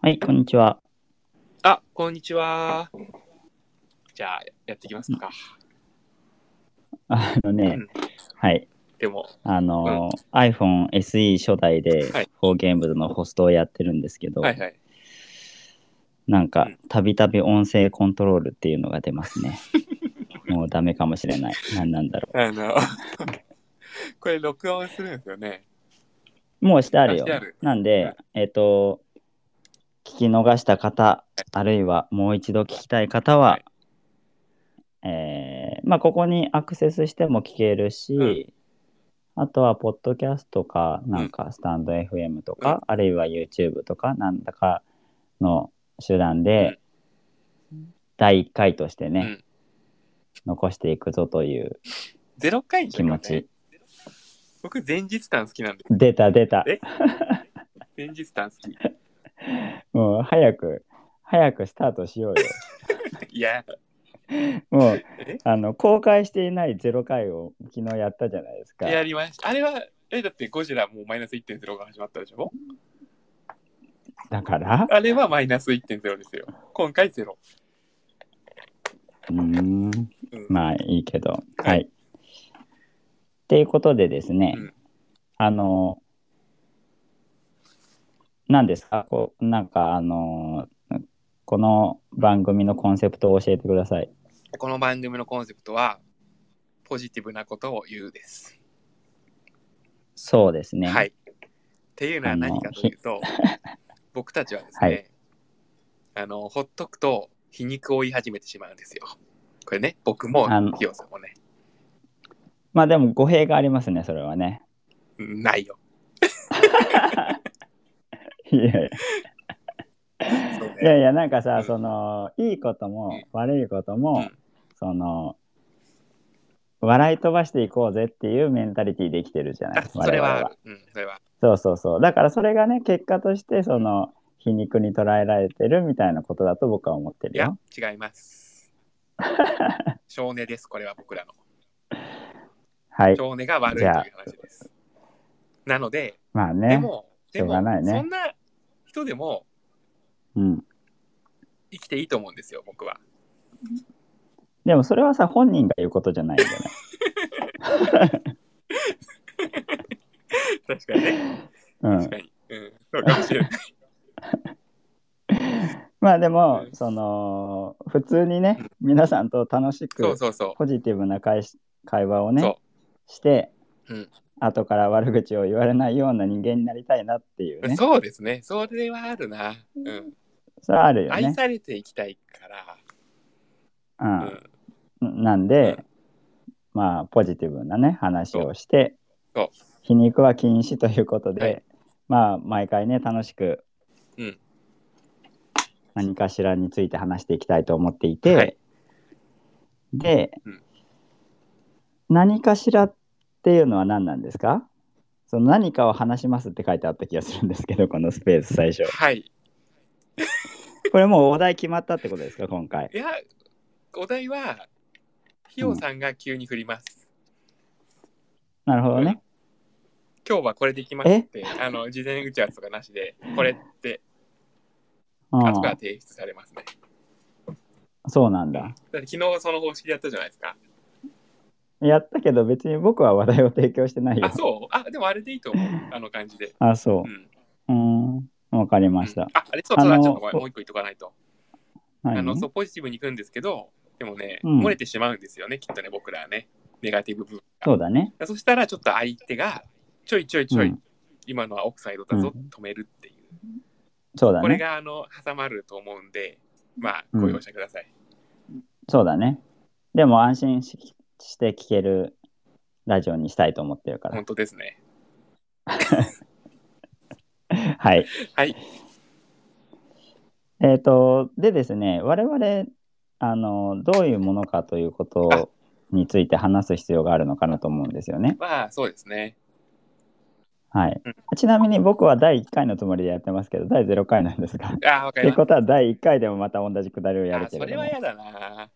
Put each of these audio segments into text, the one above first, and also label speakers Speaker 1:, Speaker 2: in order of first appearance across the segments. Speaker 1: はい、こんにちは。
Speaker 2: あ、こんにちは。じゃあ、やっていきますか。
Speaker 1: あのね、
Speaker 2: うん
Speaker 1: はい、
Speaker 2: でも、
Speaker 1: あのー iPhone SE 初代で
Speaker 2: はい、
Speaker 1: フォーゲームズのホストをやってるんですけど、
Speaker 2: はいはい。
Speaker 1: なんか
Speaker 2: う、
Speaker 1: たびたび音声コントロールっていうのが出ます ね。もうダメかもしれない。何なんだろ
Speaker 2: あの、 これ録音するんですよね。
Speaker 1: う。もうしてあるよ
Speaker 2: あしてある。
Speaker 1: なん
Speaker 2: はい
Speaker 1: で、えっ、と、聞き逃した方、あるいはもう一度聞きたい方は、
Speaker 2: はい
Speaker 1: えーまあ、ここにアクセスしても聞けるし、
Speaker 2: うん
Speaker 1: あとは、ポッドキャストか、なんか、スタンド FM とか、あるいは YouTube とか、なんだかの手段で、第1回としてね、
Speaker 2: うん
Speaker 1: 残していくぞという
Speaker 2: ゼロ回の
Speaker 1: 気
Speaker 2: 時は
Speaker 1: 持
Speaker 2: ね
Speaker 1: ち。
Speaker 2: 僕、前日談好きなんで、
Speaker 1: 出た出た。
Speaker 2: え前日談好き。
Speaker 1: もう早く、早くスタートしようよ。
Speaker 2: いや、
Speaker 1: もう
Speaker 2: え、
Speaker 1: あの、公開していないゼロ回を昨日やったじゃないですか。
Speaker 2: やりました。あれは、え、だってゴジラもうマイナス1.0が始まったでしょ
Speaker 1: だから、
Speaker 2: あれはマイナス1.0ですよ。今回ゼロ。
Speaker 1: うーん、
Speaker 2: うん
Speaker 1: まあいいけど。
Speaker 2: はい
Speaker 1: はい。っていうことでですね、
Speaker 2: うん
Speaker 1: あの、何ですかこう、なんかあの、この番組のコンセプトを教えてください。
Speaker 2: この番組のコンセプトは、ポジティブなことを言うです。
Speaker 1: そうですね。
Speaker 2: はい。っていうのは何かというと、 僕たちはですね、
Speaker 1: はい
Speaker 2: あの、ほっとくと皮肉を言い始めてしまうんですよ。これね、僕も
Speaker 1: あの、
Speaker 2: ひよさんもね、
Speaker 1: まあでも語弊がありますね、それはね。
Speaker 2: ないよ。
Speaker 1: いやいや
Speaker 2: そう
Speaker 1: い
Speaker 2: ね
Speaker 1: やいや、なんかさ、
Speaker 2: うん
Speaker 1: その、いいこと
Speaker 2: う
Speaker 1: も
Speaker 2: ん
Speaker 1: 悪いこと
Speaker 2: う
Speaker 1: も
Speaker 2: ん、
Speaker 1: その、笑い飛ばしていこうぜっていうメンタリティーで生きてるじゃない
Speaker 2: あそれはあ
Speaker 1: 我々
Speaker 2: る、うん、それは。
Speaker 1: そうそうそう。だからそれがね、結果として、その、皮肉に捉えられてるみたいなことだと僕は思って
Speaker 2: い
Speaker 1: る
Speaker 2: や
Speaker 1: よ。、
Speaker 2: 違 います。少年です、これは僕らの。
Speaker 1: はい。
Speaker 2: 少年が悪いという話です。なので、
Speaker 1: まあ
Speaker 2: で
Speaker 1: ね。
Speaker 2: も、で
Speaker 1: しょうが
Speaker 2: も、
Speaker 1: ないね
Speaker 2: そんな人でも
Speaker 1: うん。
Speaker 2: 生きていいと思うんですよ、僕は。
Speaker 1: でもそれはさ、本人が言うことじゃないよね。
Speaker 2: 確かにね。
Speaker 1: うん
Speaker 2: 確。かに。うん、そうかも しれない。
Speaker 1: まあでも
Speaker 2: う、ん
Speaker 1: その、普通にね、皆さんと楽し
Speaker 2: そう
Speaker 1: く、
Speaker 2: そうそ
Speaker 1: ポジティブな会し会話を
Speaker 2: う。
Speaker 1: ね、
Speaker 2: そう。
Speaker 1: して、
Speaker 2: うん
Speaker 1: 後から悪口を言われないような人間になりたいなっていうね。
Speaker 2: そうですね。それはあるな。うん。
Speaker 1: それはあるよ
Speaker 2: 愛
Speaker 1: ね。
Speaker 2: されていきたいから。うん。
Speaker 1: うん、なんで、まあポジティブなね話をして
Speaker 2: そう
Speaker 1: 皮肉は禁止ということで、
Speaker 2: はい
Speaker 1: まあ毎回ね楽しく、
Speaker 2: うん
Speaker 1: 何かしらについて話していきたいと思っていて、
Speaker 2: はい
Speaker 1: で、
Speaker 2: うん
Speaker 1: 何かしらっていうのは何なんですかその何かを話しますって書いてあった気がするんですけどこ のスペース最初
Speaker 2: はい。
Speaker 1: これもうお題決まったってことですか今回
Speaker 2: いや、お題は、ひよさんが急に振ります。
Speaker 1: なるほどね、
Speaker 2: 今日はこれできますって、あの、事前打ち合わせとかなしで、これって、
Speaker 1: うん
Speaker 2: 後から提出されますね。
Speaker 1: そうなんだ
Speaker 2: だって昨日その方式でやったじゃないですか。
Speaker 1: やったけど別に僕は話題を提供してないよ
Speaker 2: あ、。そうあ、でもあれでいいと思う。あの感じで。。
Speaker 1: あ、そう
Speaker 2: ん。
Speaker 1: う。うーん。わかりました。
Speaker 2: あ、あれ、そうそうだ、
Speaker 1: あの
Speaker 2: ちょっとごめんもう一個言っとかないと。
Speaker 1: 何
Speaker 2: あのそうポジティブに行くんですけど、でもね、
Speaker 1: うん
Speaker 2: 漏れてしまうんですよね、きっとね、僕らはね、ネガティブ部分
Speaker 1: そうだね。
Speaker 2: が。そしたら、ちょっと相手が、ちょいちょいちょい、
Speaker 1: うん
Speaker 2: 今のはオフサイドだぞ、
Speaker 1: うん
Speaker 2: 止めるっていう。
Speaker 1: そうだ
Speaker 2: これ
Speaker 1: ね。
Speaker 2: が、あの、挟まると思うんで、まあ、
Speaker 1: うん
Speaker 2: ご容赦ください。
Speaker 1: そうだね。でも安心しして聞けるラジオにしたいと思ってるから
Speaker 2: 本。当ですね。
Speaker 1: はい。
Speaker 2: はい。
Speaker 1: えっ、と、でですね、我々、あの、どういうものかということについて話す必要があるのかなと思うんですよね。
Speaker 2: まあ、そうですね。
Speaker 1: はい
Speaker 2: うん。
Speaker 1: ちなみに僕は第1回のつもりでやってますけど、第0回なんですが。
Speaker 2: ああ、わ
Speaker 1: っ
Speaker 2: か
Speaker 1: て
Speaker 2: りまし
Speaker 1: ことは第1回でもまた同じくだりを
Speaker 2: た。
Speaker 1: や
Speaker 2: あ
Speaker 1: る
Speaker 2: ー
Speaker 1: け
Speaker 2: そ
Speaker 1: れ
Speaker 2: れ
Speaker 1: ど
Speaker 2: は
Speaker 1: も
Speaker 2: 嫌だな。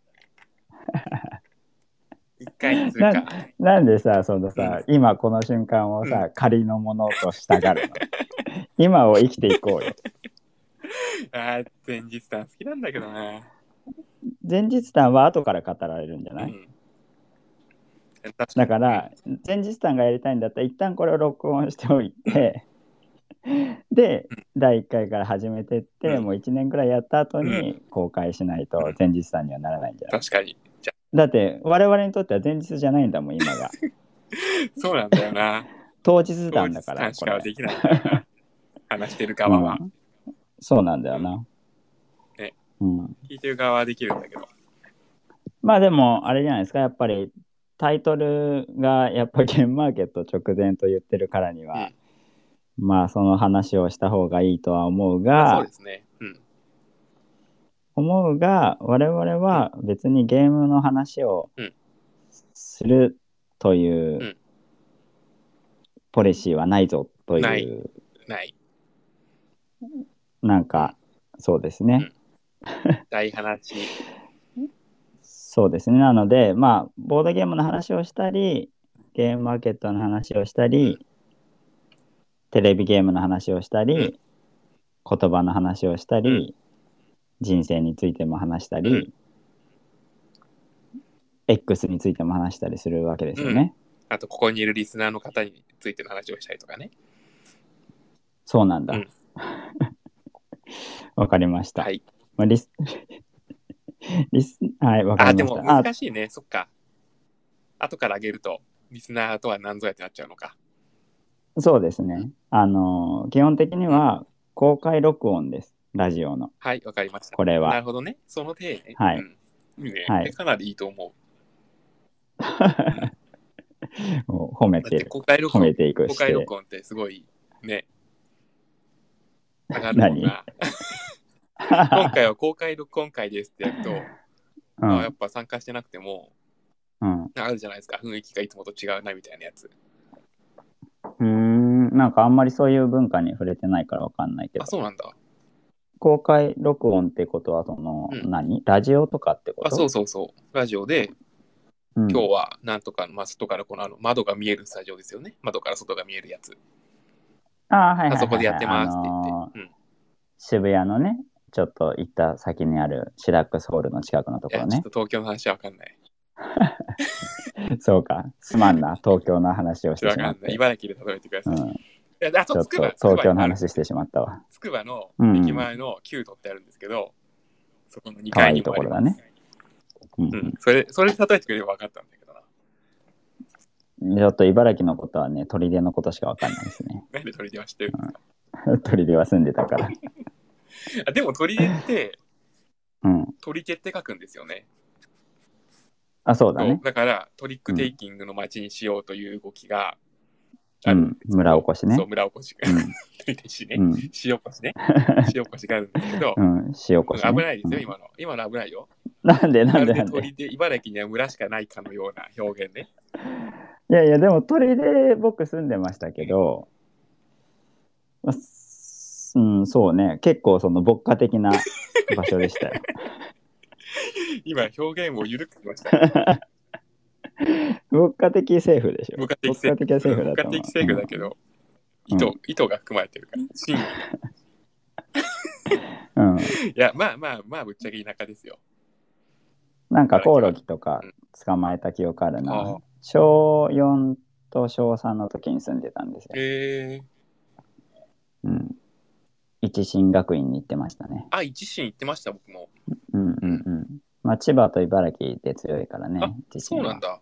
Speaker 2: 一回にする
Speaker 1: な
Speaker 2: か。
Speaker 1: なんでさそのさ、今この瞬間 をさ、仮のものとしたがるの今を生きていこうよ
Speaker 2: あー前日談好きなんだけどな。
Speaker 1: 前日談は後から語られるんじゃない、
Speaker 2: うん確に
Speaker 1: だから、前日談がやりたいんだったら、一旦これを録音しておいて、で、第1回から始めてって、
Speaker 2: うん
Speaker 1: もう1年くらいやった後
Speaker 2: う
Speaker 1: に公開しないと、前日談にはならないんじゃない、
Speaker 2: 確かに。じゃ
Speaker 1: だって、我々にとっては前日じゃないんだもん、今が。
Speaker 2: そうなんだよな。
Speaker 1: 当日談だか
Speaker 2: 当
Speaker 1: ら、
Speaker 2: 日し
Speaker 1: こ
Speaker 2: か
Speaker 1: れ
Speaker 2: は。できないんだよな。話してる側は
Speaker 1: う。んそうなんだよな。
Speaker 2: ね
Speaker 1: うん、
Speaker 2: 聞いてる側はできるんだけど。
Speaker 1: まあでも、あれじゃないですか、やっぱりタイトルがやっぱゲームマーケット直前と言ってるからには、まあその話をした方がいいとは思う
Speaker 2: そう
Speaker 1: が
Speaker 2: で、すね。うん。
Speaker 1: 思うが、我々は別にゲームの話を
Speaker 2: うん
Speaker 1: するという、
Speaker 2: うん
Speaker 1: ポリシーはないぞという、
Speaker 2: ないない。
Speaker 1: なんか、そうですね。
Speaker 2: うん大話。
Speaker 1: そうですね。なので、まあ、ボードゲームの話をしたり、ゲームマーケットの話をしたり、テレビゲームの話をした
Speaker 2: う
Speaker 1: り、言葉の話をした
Speaker 2: う
Speaker 1: り、人生についても話した
Speaker 2: う
Speaker 1: り、X についても話したりするわけですよね。
Speaker 2: あと、ここにいるリスナーの方についての話をしたりとかね。
Speaker 1: そうなんだ
Speaker 2: うん。
Speaker 1: わ、かりました。
Speaker 2: はい。
Speaker 1: まあ、リス リスはい、わか
Speaker 2: あ、
Speaker 1: り
Speaker 2: で
Speaker 1: まし
Speaker 2: も
Speaker 1: た。あ
Speaker 2: 難しいね。そっか。後からあげると、リスナーとは何ぞやってなっちゃうのか。
Speaker 1: そうですね。あの、基本的には公開録音です。ラジオの。
Speaker 2: はい、わかりました。
Speaker 1: これ
Speaker 2: なる
Speaker 1: は。
Speaker 2: ほどね。その手ね。
Speaker 1: はい
Speaker 2: うんいいね
Speaker 1: はい
Speaker 2: かなりいいと思う。
Speaker 1: もう褒め
Speaker 2: だってて
Speaker 1: る。
Speaker 2: 公開録
Speaker 1: 褒
Speaker 2: 音
Speaker 1: めていく
Speaker 2: 公
Speaker 1: し
Speaker 2: 開
Speaker 1: て。
Speaker 2: 録音ってすごいね。 上がるもんな今回は公開録音会ですってやると、
Speaker 1: う
Speaker 2: あや
Speaker 1: ん。
Speaker 2: っぱ参加してなくても、
Speaker 1: うん
Speaker 2: あるじゃないですか、雰囲気がいつもと違うなみたいなやつ。
Speaker 1: うーん。なんかあんまりそういう文化に触れてないからわかんないけど
Speaker 2: あ、。そうなんだ。
Speaker 1: 公開録音ってことは、その、
Speaker 2: うん
Speaker 1: 何ラジオとかってこと
Speaker 2: あ、そうそうそう。ラジオで、
Speaker 1: うん
Speaker 2: 今日はなんとかの、まあ、外からこのあの窓が見えるスタジオですよね。窓から外が見えるやつ。
Speaker 1: あはいはいはいはい
Speaker 2: あそこでやってますって
Speaker 1: あのー
Speaker 2: 言って。
Speaker 1: 渋谷のね、ちょっと行った先にあるシラックスホールの近くのとこ
Speaker 2: う
Speaker 1: ろ
Speaker 2: ん、いやちょっ
Speaker 1: ね。
Speaker 2: と東京の話はわかんない。
Speaker 1: そうか。すまんな。東京の話をし
Speaker 2: ち
Speaker 1: て
Speaker 2: ょっ
Speaker 1: し
Speaker 2: と
Speaker 1: ま
Speaker 2: わ
Speaker 1: っ
Speaker 2: かんない。
Speaker 1: て。
Speaker 2: 茨城で例えてくだ
Speaker 1: う
Speaker 2: さい。
Speaker 1: ん
Speaker 2: い。やあ
Speaker 1: ちょ
Speaker 2: と
Speaker 1: っ
Speaker 2: つくば、
Speaker 1: と
Speaker 2: つくば
Speaker 1: 東京の
Speaker 2: にある
Speaker 1: 話してしまったわ。
Speaker 2: つくばの
Speaker 1: うん
Speaker 2: 駅前のキュートってあるんですけど、そこの2
Speaker 1: 可
Speaker 2: 階
Speaker 1: 愛
Speaker 2: に
Speaker 1: いと
Speaker 2: もあ
Speaker 1: こ
Speaker 2: り
Speaker 1: ろ
Speaker 2: ま
Speaker 1: だ
Speaker 2: す。
Speaker 1: ね。うん
Speaker 2: うん、それ、それで例えてくれれば分かったんだけどな。
Speaker 1: ちょっと茨城のことはね、砦のことしかわかんないですね。
Speaker 2: なんで鳥出は知ってるんですか、
Speaker 1: 砦は住んでたから。
Speaker 2: あでも鳥出って、
Speaker 1: うん。
Speaker 2: 鳥手って書くんですよね。
Speaker 1: あ、そうだ
Speaker 2: そう
Speaker 1: ね。
Speaker 2: だからトリックテイキングの街にしようという動きが
Speaker 1: う
Speaker 2: あるん
Speaker 1: ん
Speaker 2: で。すけど
Speaker 1: 村おこしね
Speaker 2: そう、。村おこしが。鳥手 市ね
Speaker 1: う。 ん。うん
Speaker 2: 塩こ しね。塩こしがあるんですけど、
Speaker 1: うん。塩こし、ね。
Speaker 2: 危ないですよ、
Speaker 1: うん
Speaker 2: 今の。今の危ないよ。
Speaker 1: なんでな
Speaker 2: ま
Speaker 1: ん
Speaker 2: る
Speaker 1: で
Speaker 2: で
Speaker 1: なんで。
Speaker 2: 鳥手、茨城には村しかないかのような表現ね。
Speaker 1: いやいや、でも砦僕住んでましたけど、まあすうん、そうね。結構その牧歌的 な場所でしたよ。
Speaker 2: 今、表現を緩くし ました。
Speaker 1: 牧歌的セーフでしょ。
Speaker 2: 無価的
Speaker 1: 牧歌的はセーフだ
Speaker 2: 無
Speaker 1: と
Speaker 2: 価
Speaker 1: 思う。
Speaker 2: 的セーフだけど、
Speaker 1: うん
Speaker 2: 意図、意図が含まれてるから。真意
Speaker 1: うん。うん
Speaker 2: いや、まあまあまあ、ぶっちゃけ田舎ですよ。
Speaker 1: なんかコオロギとか捕まえた記憶あるな。
Speaker 2: ああ
Speaker 1: 小4と小3の時に住んでたんですよ。
Speaker 2: えー、
Speaker 1: うん。一新学院に行ってましたね。
Speaker 2: あ、一心行ってました、僕も。
Speaker 1: うんうんうん。まあ、千葉と茨城で強いからね
Speaker 2: あ、
Speaker 1: 一
Speaker 2: そう
Speaker 1: 新
Speaker 2: なん
Speaker 1: は。
Speaker 2: だ。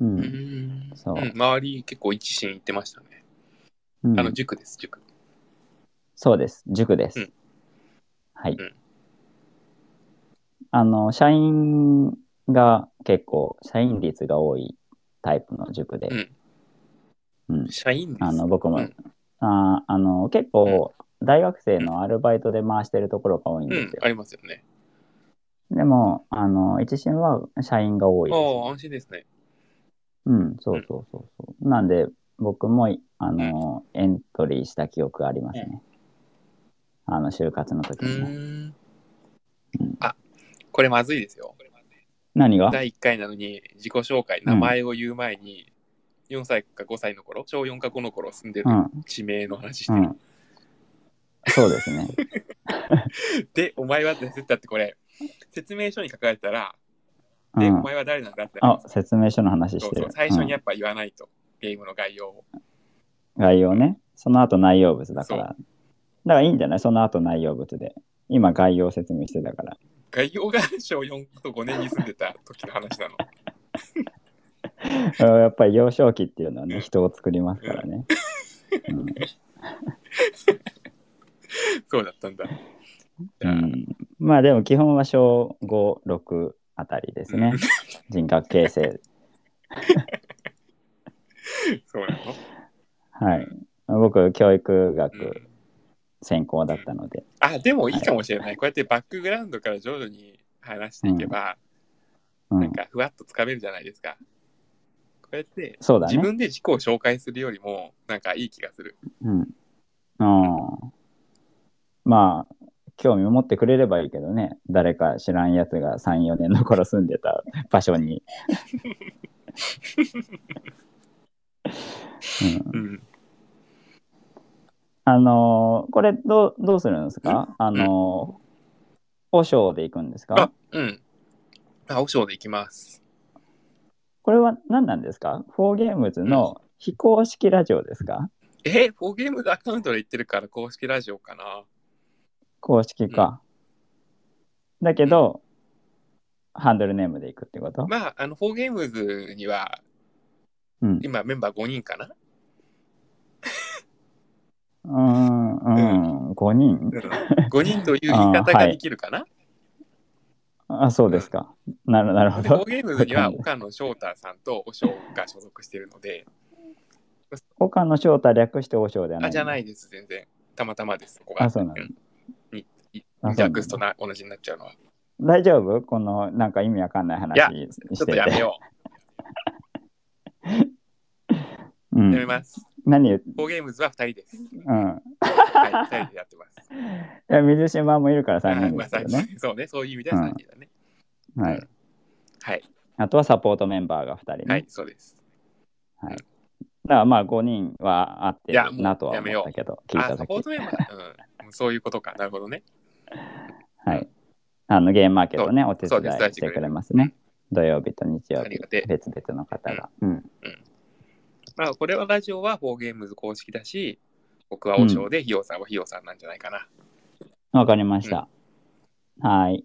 Speaker 1: う。
Speaker 2: うんん。
Speaker 1: そう
Speaker 2: うん周り結構一心行ってましたね。
Speaker 1: うん
Speaker 2: あの、塾です、塾。
Speaker 1: そうです。塾です。
Speaker 2: うん。
Speaker 1: はいう
Speaker 2: ん
Speaker 1: あの、社員が結構、社員率が多いタイプの塾で、うん
Speaker 2: 社員です。
Speaker 1: あの、僕も、
Speaker 2: うん
Speaker 1: ああの結構、大学生のアルバイトで回してるところが多いん
Speaker 2: う
Speaker 1: で
Speaker 2: ん
Speaker 1: すよ。
Speaker 2: ありますよね。
Speaker 1: でも、あの、一新は社員が多い
Speaker 2: あ
Speaker 1: です。
Speaker 2: あ、安心ですね。
Speaker 1: うん、そうそうそうそう。なんで、僕もい、あの、エントリーした記憶がありますね。あの、就活の時
Speaker 2: う
Speaker 1: にね。
Speaker 2: ーん。あ、これまずいですよ。
Speaker 1: 何が
Speaker 2: 第1回なのに、自己紹介、名前を言う前に、4歳か5歳の頃、小4か5の頃住んでる
Speaker 1: うん、
Speaker 2: 地名の話して
Speaker 1: う
Speaker 2: る。
Speaker 1: ん。そうですね。
Speaker 2: で、お前はって出たってこれ、説明書に書かれたら、
Speaker 1: う
Speaker 2: で、お
Speaker 1: ん、
Speaker 2: 前は誰なんだってなるん
Speaker 1: あ
Speaker 2: ですよ
Speaker 1: 説明書の話し
Speaker 2: そう
Speaker 1: て
Speaker 2: そう
Speaker 1: る。
Speaker 2: 最初に
Speaker 1: う
Speaker 2: や
Speaker 1: ん
Speaker 2: っぱ言わないと、ゲームの概要を。
Speaker 1: 概要ね。その後内容物だから。だからいいんじゃないその後内容物で。今概要説明してたから。
Speaker 2: 概要が小4と5年に住んでた時の話なの。
Speaker 1: うんやっぱり幼少期っていうのは
Speaker 2: うん
Speaker 1: ね、人を作りますから ね。うん
Speaker 2: そうだったんだ。じ
Speaker 1: う
Speaker 2: ゃあ
Speaker 1: ん、まあでも基本は小5、6あたりですね
Speaker 2: うん。
Speaker 1: 人格形成。
Speaker 2: そうなの、
Speaker 1: はい。僕、教育
Speaker 2: う
Speaker 1: 学
Speaker 2: ん、
Speaker 1: 専攻だったので。
Speaker 2: あ、でもいいかもしれない。こうやってバックグラウンドから徐々に話していけば、
Speaker 1: う
Speaker 2: なん
Speaker 1: ん。
Speaker 2: かふわっとつかめるじゃないですか。こうやって、
Speaker 1: そうだ
Speaker 2: 自
Speaker 1: ね。
Speaker 2: 分で自己を紹介するよりも、なんかいい気がする。
Speaker 1: うん。ああ。まあ、興味を持ってくれればいいけどね。誰か知らんやつが3、4年の頃住んでた場所に。 うん
Speaker 2: うん。
Speaker 1: あのーこれどう、どうするんですかあのー、保証で行くんです
Speaker 2: あ
Speaker 1: か、
Speaker 2: うん。あ、オショーでいきます。
Speaker 1: これは何なんですか ?4 ゲームズの非公式ラジオですか
Speaker 2: え、フォーゲームズアカウントで言ってるから公式ラジオかな。
Speaker 1: 公式か。だけど、ハンドルネームで行くってこと、
Speaker 2: まあ、あの、フォーゲームズには、
Speaker 1: うん。
Speaker 2: 今メンバー5人かな。
Speaker 1: うーん、うん、5人
Speaker 2: うん、5人という言い方ができるかな。
Speaker 1: あ、そうですか。なるなるほ
Speaker 2: で、フォ
Speaker 1: ど
Speaker 2: ー。ゲームズには岡野翔太さんとオショーが所属しているので、
Speaker 1: 岡野翔太略して王将ではない。。
Speaker 2: あ、じゃないいです、全然。たまたまです、そこが。
Speaker 1: あ、そうなんだあそうなんだ
Speaker 2: ジャックスとな同じになっちゃうのは。
Speaker 1: 大丈夫このなんか意味わかんない話
Speaker 2: いやち
Speaker 1: し
Speaker 2: ょっと
Speaker 1: て
Speaker 2: やめ
Speaker 1: て。
Speaker 2: よ
Speaker 1: う
Speaker 2: う。やめ
Speaker 1: ん、
Speaker 2: ます。
Speaker 1: 何言って、
Speaker 2: フォーゲームズは2人です。
Speaker 1: うん。
Speaker 2: はい、2人でやってます。
Speaker 1: いや水島もいるから3人
Speaker 2: ま
Speaker 1: で
Speaker 2: あ
Speaker 1: すけどね。
Speaker 2: 三人そうね、そういう意味では3人だね。
Speaker 1: は
Speaker 2: う
Speaker 1: い
Speaker 2: ん。はい、
Speaker 1: あとはサポートメンバーが2人ね。
Speaker 2: はい、そうです。
Speaker 1: だからまあ5人は合って
Speaker 2: いや
Speaker 1: る
Speaker 2: もう
Speaker 1: なとは
Speaker 2: やめ
Speaker 1: 思
Speaker 2: よ
Speaker 1: った
Speaker 2: う
Speaker 1: けど、聞い
Speaker 2: あ、
Speaker 1: た
Speaker 2: サ
Speaker 1: だ
Speaker 2: ポ
Speaker 1: け
Speaker 2: ー。トメンバー、うん、そういうことか。なるほどね。
Speaker 1: はい。あのゲームマーケットね、お手
Speaker 2: そ
Speaker 1: 伝
Speaker 2: うです
Speaker 1: いしてくれますね。土曜日と日曜
Speaker 2: あり
Speaker 1: 日
Speaker 2: がて、え
Speaker 1: 別々の方が。うん。
Speaker 2: まあ、これはラジオはフォーゲームズ公式だし、僕は王将で、ヒヨさんはヒヨさんなんじゃないかな。
Speaker 1: わかりました。はい。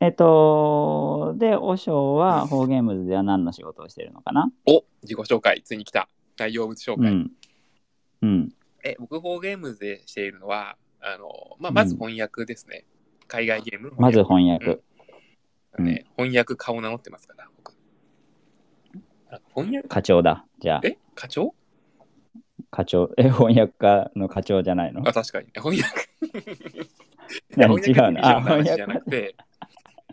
Speaker 1: えっと、で、和尚は、フォーゲームズでは何の仕事をしてるのかな
Speaker 2: お自己紹介、ついに来た。内容物紹
Speaker 1: う
Speaker 2: 介。
Speaker 1: ん。うん。
Speaker 2: え僕、フォーゲームズでしているのは、あのまあ、まず翻訳ですね。海外ゲームの
Speaker 1: まず翻
Speaker 2: うん
Speaker 1: 訳。
Speaker 2: ね、翻訳顔名乗ってますから、僕。あ翻訳
Speaker 1: 課長だ。じゃあ、
Speaker 2: え課長
Speaker 1: 課長、え、翻訳家の課長じゃないの
Speaker 2: あ、確かに。 翻訳。いや
Speaker 1: 何違う
Speaker 2: 翻訳ディビジョン
Speaker 1: の
Speaker 2: の
Speaker 1: あ、翻
Speaker 2: 話じ
Speaker 1: 訳
Speaker 2: ゃな くて、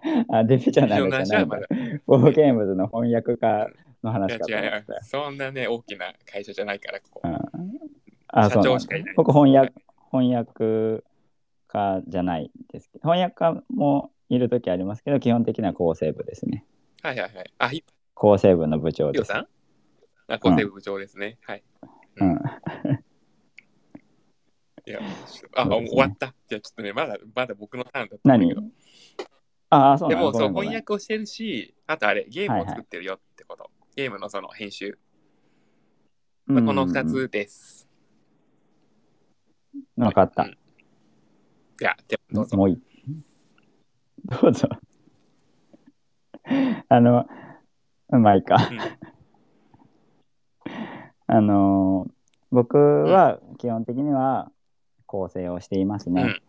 Speaker 1: あ、デビジョン
Speaker 2: デ
Speaker 1: な
Speaker 2: ィビジョンの
Speaker 1: ん
Speaker 2: 話
Speaker 1: じゃな
Speaker 2: はい
Speaker 1: んだ
Speaker 2: まだ。
Speaker 1: フォーゲームズの翻訳家の
Speaker 2: い
Speaker 1: 話
Speaker 2: や
Speaker 1: かと思
Speaker 2: 違
Speaker 1: っ
Speaker 2: う、そんなね、大きな会社じゃないから、ここ
Speaker 1: う。んた。あ、そ
Speaker 2: 社
Speaker 1: うな
Speaker 2: 長
Speaker 1: ん
Speaker 2: しかいな
Speaker 1: だ
Speaker 2: い。
Speaker 1: 僕、翻訳、翻訳家じゃないですけど、翻訳家もいるときありますけど、基本的には構成部ですね。
Speaker 2: はいはいはい。あ、ひ
Speaker 1: 構成部の部長で
Speaker 2: よ
Speaker 1: す。
Speaker 2: さんあ、厚生部部長ですね。はい。
Speaker 1: うん。
Speaker 2: いや、あ、
Speaker 1: そう
Speaker 2: もう
Speaker 1: ですね
Speaker 2: 終わった。じゃあちょっとね、まだ、まだ僕のターンだったんだ
Speaker 1: 何
Speaker 2: けど。
Speaker 1: ああ、そう
Speaker 2: で
Speaker 1: な
Speaker 2: も、
Speaker 1: の
Speaker 2: そ
Speaker 1: ご
Speaker 2: う、
Speaker 1: めんごめん
Speaker 2: 翻訳をしてるし、あとあれ、ゲーム
Speaker 1: はい
Speaker 2: を
Speaker 1: はい
Speaker 2: 作ってるよってこと。ゲームのその編集。
Speaker 1: う
Speaker 2: まあ
Speaker 1: ん
Speaker 2: この2つです。
Speaker 1: わかった
Speaker 2: うん。じゃあ、でどうぞ。
Speaker 1: もういい。どうぞ。 あの、まあいいか。
Speaker 2: うん
Speaker 1: あのー僕は基本的には構成をしていますね。
Speaker 2: うん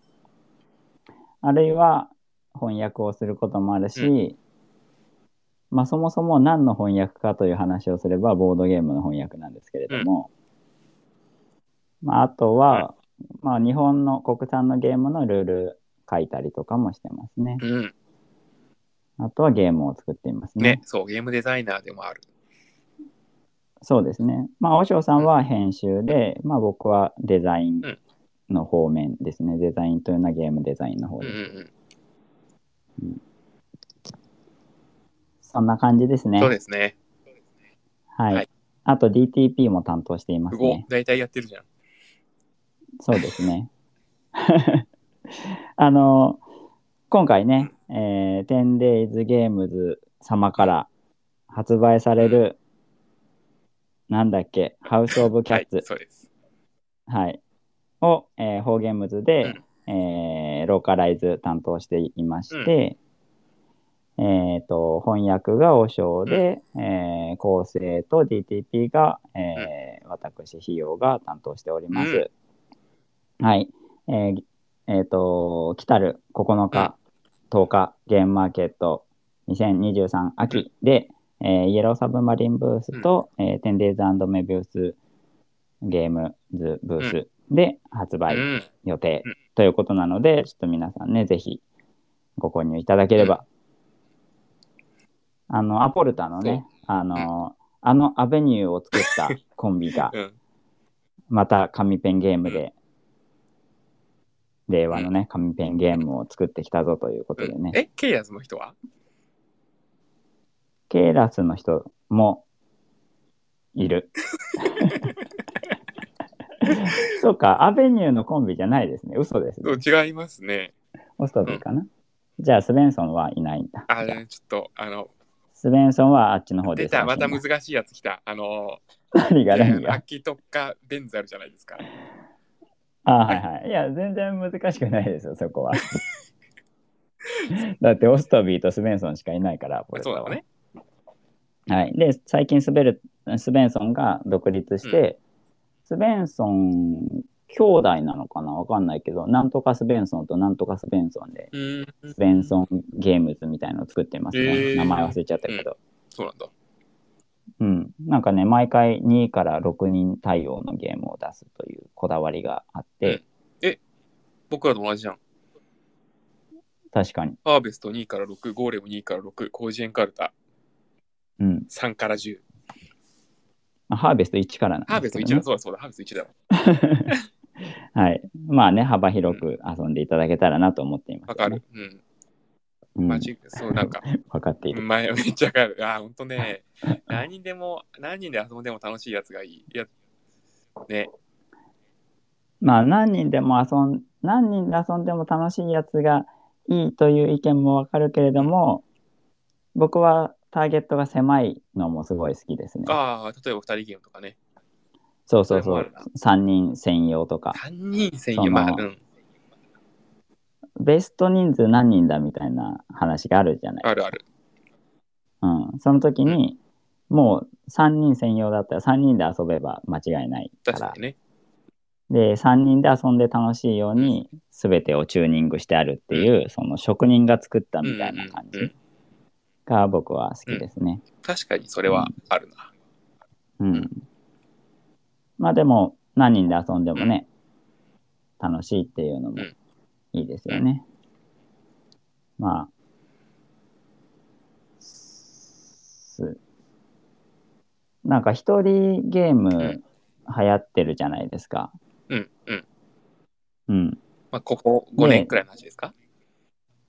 Speaker 1: あるいは翻訳をすることもあるし、
Speaker 2: う
Speaker 1: まあそもそも何の翻訳かという話をすればボードゲームの翻訳なんですけれども、まああとは、まあ日本の国産のゲームのルール書いたりとかもしてますね。
Speaker 2: うん。
Speaker 1: あとはゲームを作っていますね。
Speaker 2: ね、そう、ゲームデザイナーでもある。
Speaker 1: そうですね。まあ、和尚さんは編集で、まあ僕はデザイン
Speaker 2: うん
Speaker 1: の方面ですね。デザインというのはゲームデザインの方
Speaker 2: うん
Speaker 1: で
Speaker 2: う
Speaker 1: す。
Speaker 2: ん
Speaker 1: そんな感じです
Speaker 2: うん。
Speaker 1: ね。
Speaker 2: そうですね。
Speaker 1: はい。
Speaker 2: はい
Speaker 1: あと DTP も担当しています
Speaker 2: うお
Speaker 1: ね。
Speaker 2: 大体やってるじゃん。
Speaker 1: そうですね。 あの、今回ね、えー、10days games 様から発売される、なんだっけ、ハウスオブキャッ
Speaker 2: はい、
Speaker 1: ツ、
Speaker 2: そうです。
Speaker 1: はい、を、えー、フォーゲームズで、えーローカライズ担当していまして、えっ、と、翻訳が王将で、えー構成と DTP が、えー私、費用が担当しております。はい。えーえーと、来たる9日、10日、ゲームマーケット2023秋で、えーイエローサブマリンブースと、えー、10days& メビウスゲームズブースで発売
Speaker 2: うん。
Speaker 1: 予定
Speaker 2: うん
Speaker 1: ということなので、ちょっと皆さんね、ぜひご購入いただければ。あの、アポルタのね、あの、あのアベニューを作ったコンビが、
Speaker 2: うん。
Speaker 1: また紙ペンゲームで、令和のね、紙ペンゲームを作ってきたぞということで
Speaker 2: うん
Speaker 1: ね、
Speaker 2: え、ケイアズの人は
Speaker 1: ケーラスの人もいる。 そうか、アベニューのコンビじゃないですね。嘘ですね。
Speaker 2: そう違いますね。
Speaker 1: オストビーかな、じゃあ、スベンソンはいないんだ。
Speaker 2: あ
Speaker 1: じゃあ
Speaker 2: れ、ちょっと、あの、
Speaker 1: スベンソンはあっちの方で
Speaker 2: 出
Speaker 1: す。
Speaker 2: た、また難しいやつ来た。あの、
Speaker 1: 何が何
Speaker 2: ア
Speaker 1: が。
Speaker 2: キとかベンズあるじゃないですか。
Speaker 1: あはいはい。いや、全然難しくないですよ、そ こは。だって、オストビーとスベンソンしかいないから、ポルタ
Speaker 2: そう
Speaker 1: は
Speaker 2: だね。
Speaker 1: はい。で、最近スベル、スベンソンが独立して、スベンソン兄弟なのかなわかんないけど、なんとかスベンソンとなんとかスベンソンで、
Speaker 2: うん。
Speaker 1: スベンソンゲームズみたいのを作ってますね。
Speaker 2: へー
Speaker 1: 名前忘れちゃったけど。
Speaker 2: そうなんだ。
Speaker 1: うん、なんかね、毎回2から6人対応のゲームを出すというこだわりがあって、
Speaker 2: 僕らと同じじゃん。
Speaker 1: 確かに。
Speaker 2: ハーベスト2から6、ゴーレム2から6、コージエンカルタ
Speaker 1: うん。
Speaker 2: 3から10。
Speaker 1: まあハーベスト1からな
Speaker 2: ハー
Speaker 1: んで
Speaker 2: ベス
Speaker 1: す
Speaker 2: ト
Speaker 1: け
Speaker 2: 1
Speaker 1: ど、ね。
Speaker 2: だ、そうだ、そうだ、ハーベスト1だわ。
Speaker 1: はい。まあね、幅広く遊んでいただけたらなと思っています、
Speaker 2: わかる。。うん。
Speaker 1: うん、
Speaker 2: マジ、そう、なんか、
Speaker 1: わかっている。
Speaker 2: 前めっちゃわかる。あー、ほんとね。何人でも、何人で遊んでも楽しいやつがいい。いや、ね。
Speaker 1: まあ、何人でも遊ん、何人で遊んでも楽しいやつがいいという意見もわかるけれども、僕はターゲットが狭いのもすごい好きですね。
Speaker 2: ああ、例えば2人ゲームとかね。
Speaker 1: そうそう
Speaker 2: それ
Speaker 1: そ
Speaker 2: もある
Speaker 1: う
Speaker 2: な。
Speaker 1: 3人専用とか。
Speaker 2: 3人専
Speaker 1: その
Speaker 2: 用。まあ、うん。
Speaker 1: ベスト人数何人だみたいな話があるじゃない。
Speaker 2: あるある。
Speaker 1: うん、その時に、もう3人専用だったら3人で遊べば間違いないか。
Speaker 2: 確からにね。
Speaker 1: で、3人で遊んで楽しいように全てをチューニングしてあるっていう、その職人が作ったみたいな感
Speaker 2: うんうんうん
Speaker 1: じが僕は好きですね。
Speaker 2: 確かにそれはあるな。
Speaker 1: うん。まあでも、何人で遊んでもね、楽しいっていうのも
Speaker 2: うん
Speaker 1: いいですよね。まあ、すなんか一人ゲーム流行ってるじゃないですか。
Speaker 2: うん、うん。
Speaker 1: うん。
Speaker 2: まあ、ここ5年くらいの話ですか、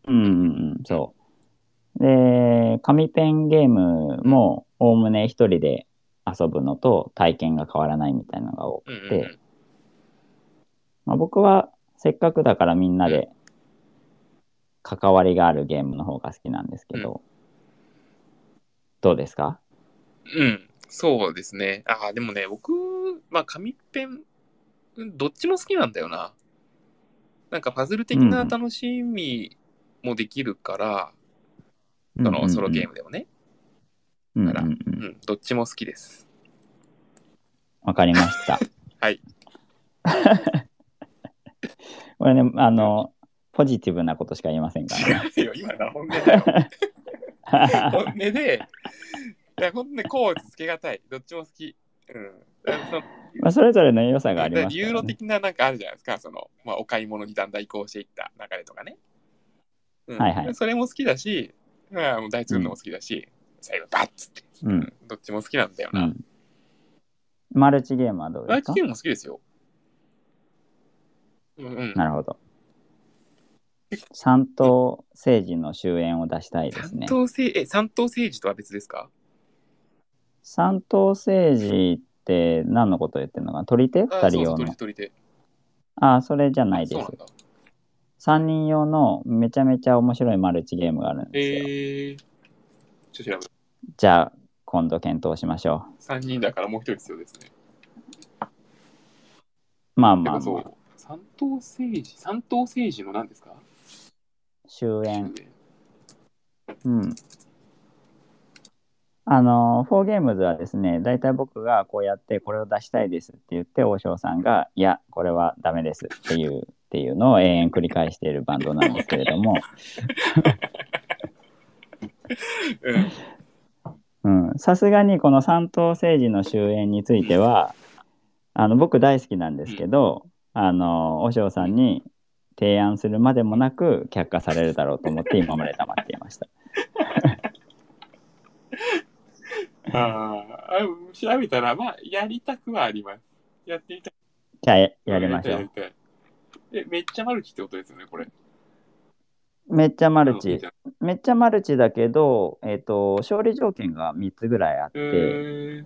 Speaker 1: うんうんうん、そう。で、紙ペンゲームも、おおむね一人で遊ぶのと体験が変わらないみたいなのが多く
Speaker 2: うんうん
Speaker 1: でまあ、僕はせっかくだからみんなで関わりがあるゲームの方が好きなんですけど、どうですか
Speaker 2: うん。うん。そうですね。ああ、でもね、僕、まあ、紙ペン、うんどっちも好きなんだよな。なんかパズル的な楽しみもできるから、そのソロゲームでもね。
Speaker 1: ム
Speaker 2: からうん、どっちも好きです。
Speaker 1: わかりました。
Speaker 2: はい。
Speaker 1: これね、あの、ポジティブなことしか言いませんか
Speaker 2: 違うよ、今のは本音だ よ。
Speaker 1: ら
Speaker 2: 本
Speaker 1: ね。
Speaker 2: 音で、いや本当ね、こうつけがたい。どっちも好き。うん。だからその
Speaker 1: まあ、それぞれの良さがありますから、ね。
Speaker 2: ユーロ的ななんかあるじゃないですか、その、まあ、お買い物にだんだん移行していった流れとかね。うん
Speaker 1: はいはい
Speaker 2: それも好きだし、まあ、もう大通のも好きだし、最後、バッつって、
Speaker 1: うん
Speaker 2: どっちも好きなんだよ
Speaker 1: う
Speaker 2: な。
Speaker 1: ん。マルチゲームはどうで
Speaker 2: ライ
Speaker 1: す
Speaker 2: チ
Speaker 1: か
Speaker 2: ゲームも好きですよ。うんうん。
Speaker 1: なるほど。三党政治の終焉を出したいです
Speaker 2: 三
Speaker 1: ね。
Speaker 2: 党政え三党政治とは別ですか
Speaker 1: 三党政治って何のこと言ってるのかな取り手
Speaker 2: あ
Speaker 1: 二人
Speaker 2: そうそ
Speaker 1: 用の
Speaker 2: う、取り手取り手。
Speaker 1: あそれじゃない
Speaker 2: そ
Speaker 1: で
Speaker 2: う
Speaker 1: す
Speaker 2: なんだ。
Speaker 1: 3人用のめちゃめちゃ面白いマルチゲームがあるんですよ。
Speaker 2: えー、ちょっと調べ
Speaker 1: じゃあ、今度検討しましょ
Speaker 2: 3人だからもう1人必要ですね。
Speaker 1: う。まあ
Speaker 2: て
Speaker 1: まあ、
Speaker 2: かそ
Speaker 1: まあ、
Speaker 2: う、三等政治、三等政治の何ですか
Speaker 1: 終焉。うん。あの、フォーゲームズはですね、大体僕がこうやってこれを出したいですって言って、王将さんが、いや、これはダメですっていう、っていうのを永遠繰り返しているバンドなんですけれども、
Speaker 2: うん。
Speaker 1: うんさすがにこの三党政治の終焉については、あの僕大好きなんですけど、あの、和尚さんに提案するまでもなく却下されるだろうと思って今まで黙っていました。
Speaker 2: ああ、あ調べたら、まあ、やりたくはあります。やってみたい。
Speaker 1: じゃあややりましょ
Speaker 2: やり
Speaker 1: う。
Speaker 2: たい。やりたいえ、めっちゃマルチってことですよね、これ。
Speaker 1: めっちゃマ
Speaker 2: マ
Speaker 1: ルチ。。めっちゃマルチだけど、えっ、と、勝利条件が3つぐらいあっ
Speaker 2: え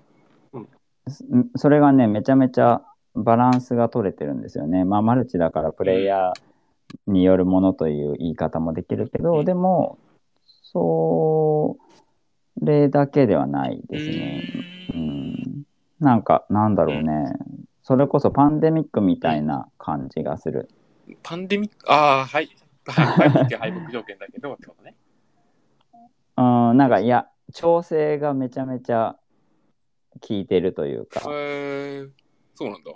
Speaker 1: て、
Speaker 2: ー、
Speaker 1: んそれがね、めちゃめちゃバランスが取れてるんですよね。まあ、マルチだからプレイヤーによるものという言い方もできるけ
Speaker 2: う
Speaker 1: ど、
Speaker 2: ん
Speaker 1: でも、それだけではない
Speaker 2: え
Speaker 1: ですね。
Speaker 2: ー
Speaker 1: うん。なんか、なんだろうね。それこそパンデミックみたいな感じがする。
Speaker 2: パンデミック、ああ、はい。はい、マルチは敗北条件だけどってことね。
Speaker 1: うん、なんか、いや、調整がめちゃめちゃ効いてるというか。
Speaker 2: えー、そうなんだ。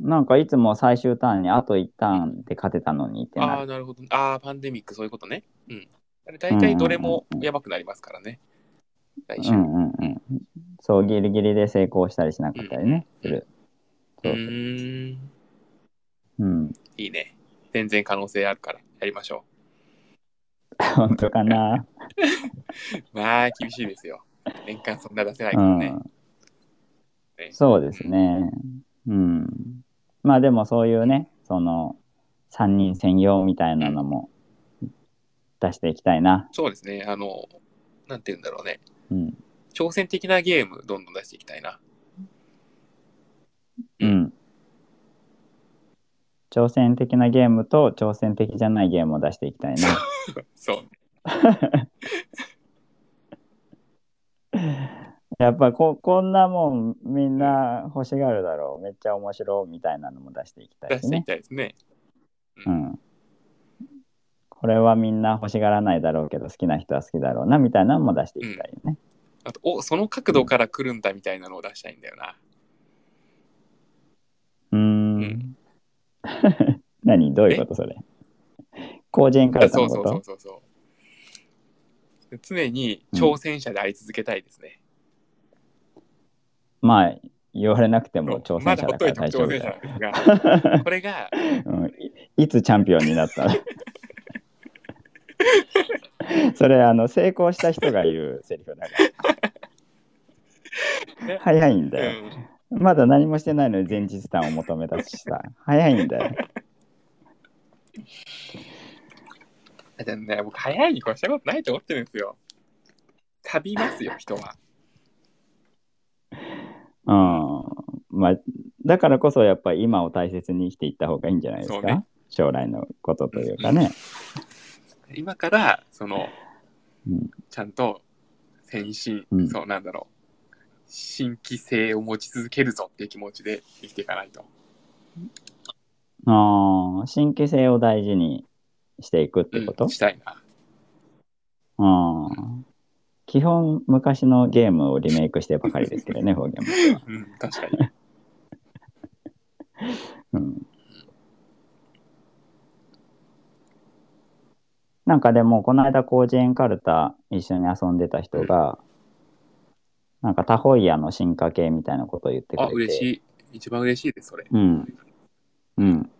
Speaker 1: なんかいつも最終ターンにあと1ターンで勝てたのにって
Speaker 2: あ
Speaker 1: な
Speaker 2: あ、
Speaker 1: る。
Speaker 2: なるほど。ああ、パンデミック、そういうことね。うん。あれ大体どれもやばくなりますからね。来
Speaker 1: う
Speaker 2: 週。
Speaker 1: んうんうん。そう、ギリギリで成功したりしなかったりね、する。
Speaker 2: う
Speaker 1: そうそう
Speaker 2: ーん。
Speaker 1: うん。
Speaker 2: いいね。全然可能性あるから、やりましょ
Speaker 1: 本当かな。
Speaker 2: う。まあ、厳しいですよ。年間そんな出せないうからね。
Speaker 1: ん。
Speaker 2: ね
Speaker 1: そうですね。うん。まあでもそういうね、その、3人専用みたいなのも出していきたいな。
Speaker 2: そうですね。あの、なんて言うんだろうね。
Speaker 1: うん。
Speaker 2: 挑戦的なゲーム、どんどん出していきたいな。
Speaker 1: うん。挑戦的なゲームと挑戦的じゃないゲームを出していきたいな。
Speaker 2: そう。
Speaker 1: やっぱここんなもんみんな欲しがるだろうめっちゃ面白いみたいなのも出していきた
Speaker 2: 出
Speaker 1: いし
Speaker 2: していき
Speaker 1: ね。
Speaker 2: たいですね。
Speaker 1: う、
Speaker 2: うん
Speaker 1: これはみんな欲しがらないだろうけど好きな人は好きだろうなみたいなのも出していきたいよね。
Speaker 2: あと、お、その角度から来るんだみたいなのを出したいんだよな。
Speaker 1: うーん
Speaker 2: うん
Speaker 1: 何どういうことそれ工人カルタ
Speaker 2: そ
Speaker 1: の
Speaker 2: う
Speaker 1: こ
Speaker 2: そうそう
Speaker 1: と
Speaker 2: そうそう。常に挑戦者であり続けたいですね。
Speaker 1: まあ言われなくて
Speaker 2: そ
Speaker 1: も
Speaker 2: う
Speaker 1: 挑戦
Speaker 2: ま
Speaker 1: 者
Speaker 2: だ
Speaker 1: だ
Speaker 2: ほ
Speaker 1: か
Speaker 2: っと
Speaker 1: ら
Speaker 2: いても
Speaker 1: 大丈夫だ
Speaker 2: 挑戦者
Speaker 1: よ
Speaker 2: なんです が、これが、
Speaker 1: うんいいつチャンピオンになった のそれあの成功した人が言うセリフだから
Speaker 2: ね
Speaker 1: 早いん
Speaker 2: う
Speaker 1: だよ、
Speaker 2: ん、
Speaker 1: まだ何もしてないのに前日談を求め出すしさ早いんだよ
Speaker 2: でもね、僕、早いに越したことないと思ってるんですよ。旅ますよ、人は。
Speaker 1: うんまあだからこそやっぱり今を大切に生きていった方がいいんじゃないです
Speaker 2: そう
Speaker 1: か、
Speaker 2: ね
Speaker 1: 将来のことというかね、
Speaker 2: 今から、その、
Speaker 1: うん
Speaker 2: ちゃんと、先進、
Speaker 1: うん
Speaker 2: そう、なんだろう、新規性を持ち続けるぞっていう気持ちで生きていかないと。
Speaker 1: あー神経性を大事にしていくってこと、
Speaker 2: うんしたいな。
Speaker 1: うん基本昔のゲームをリメイクしてばかりですけ どね方言も、
Speaker 2: うん、確か に。
Speaker 1: うん、なんかでもこの間工事園カルタ一緒に遊んでた人が、なんかタホイヤの進化系みたいなことを言ってく
Speaker 2: あ、
Speaker 1: れて
Speaker 2: 嬉しい。一番嬉しいです、それ。
Speaker 1: うん。うん。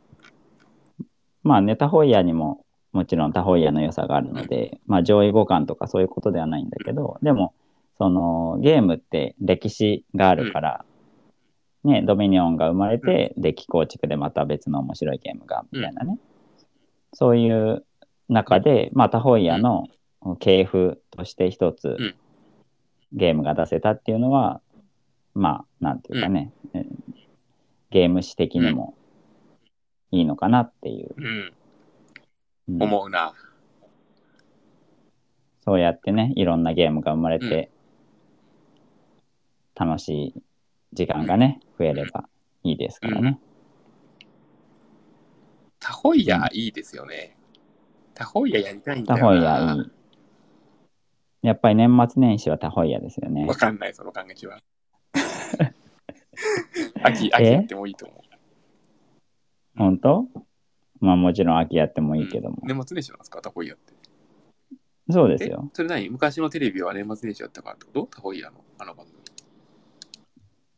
Speaker 1: まあね、タホイヤにももちろんタホイヤの良さがあるので、まあ上位互換とかそういうことではないんだけど、でも、そのゲームって歴史があるから、ね、ドミニオンが生まれて、デッキ構築でまた別の面白いゲームが、みたいなね。そういう中で、まあタホイヤの系譜として一つ
Speaker 2: うん
Speaker 1: ゲームが出せたっていうのは、まあ、なんていうかね、えゲーム史的にもいいのかなっていう
Speaker 2: うん。
Speaker 1: うん
Speaker 2: 思うな。
Speaker 1: そうやってね、いろんなゲームが生まれて、楽しい時間がね、増えればいいですからね。
Speaker 2: タホイヤいいですよね。タホイヤやりたいんだ
Speaker 1: タ
Speaker 2: よな。
Speaker 1: ホイヤいい。やっぱり年末年始はタホイヤですよね
Speaker 2: わ。かんない、その感 じは。秋、秋やってもいいと思う。
Speaker 1: 本当まあもちろん秋やってもいいけども。
Speaker 2: うん年末年始なんですか、タホイヤって。
Speaker 1: そうですよ
Speaker 2: え。それ何昔のテレビは年末年始やったからってことタホイヤのあの番組。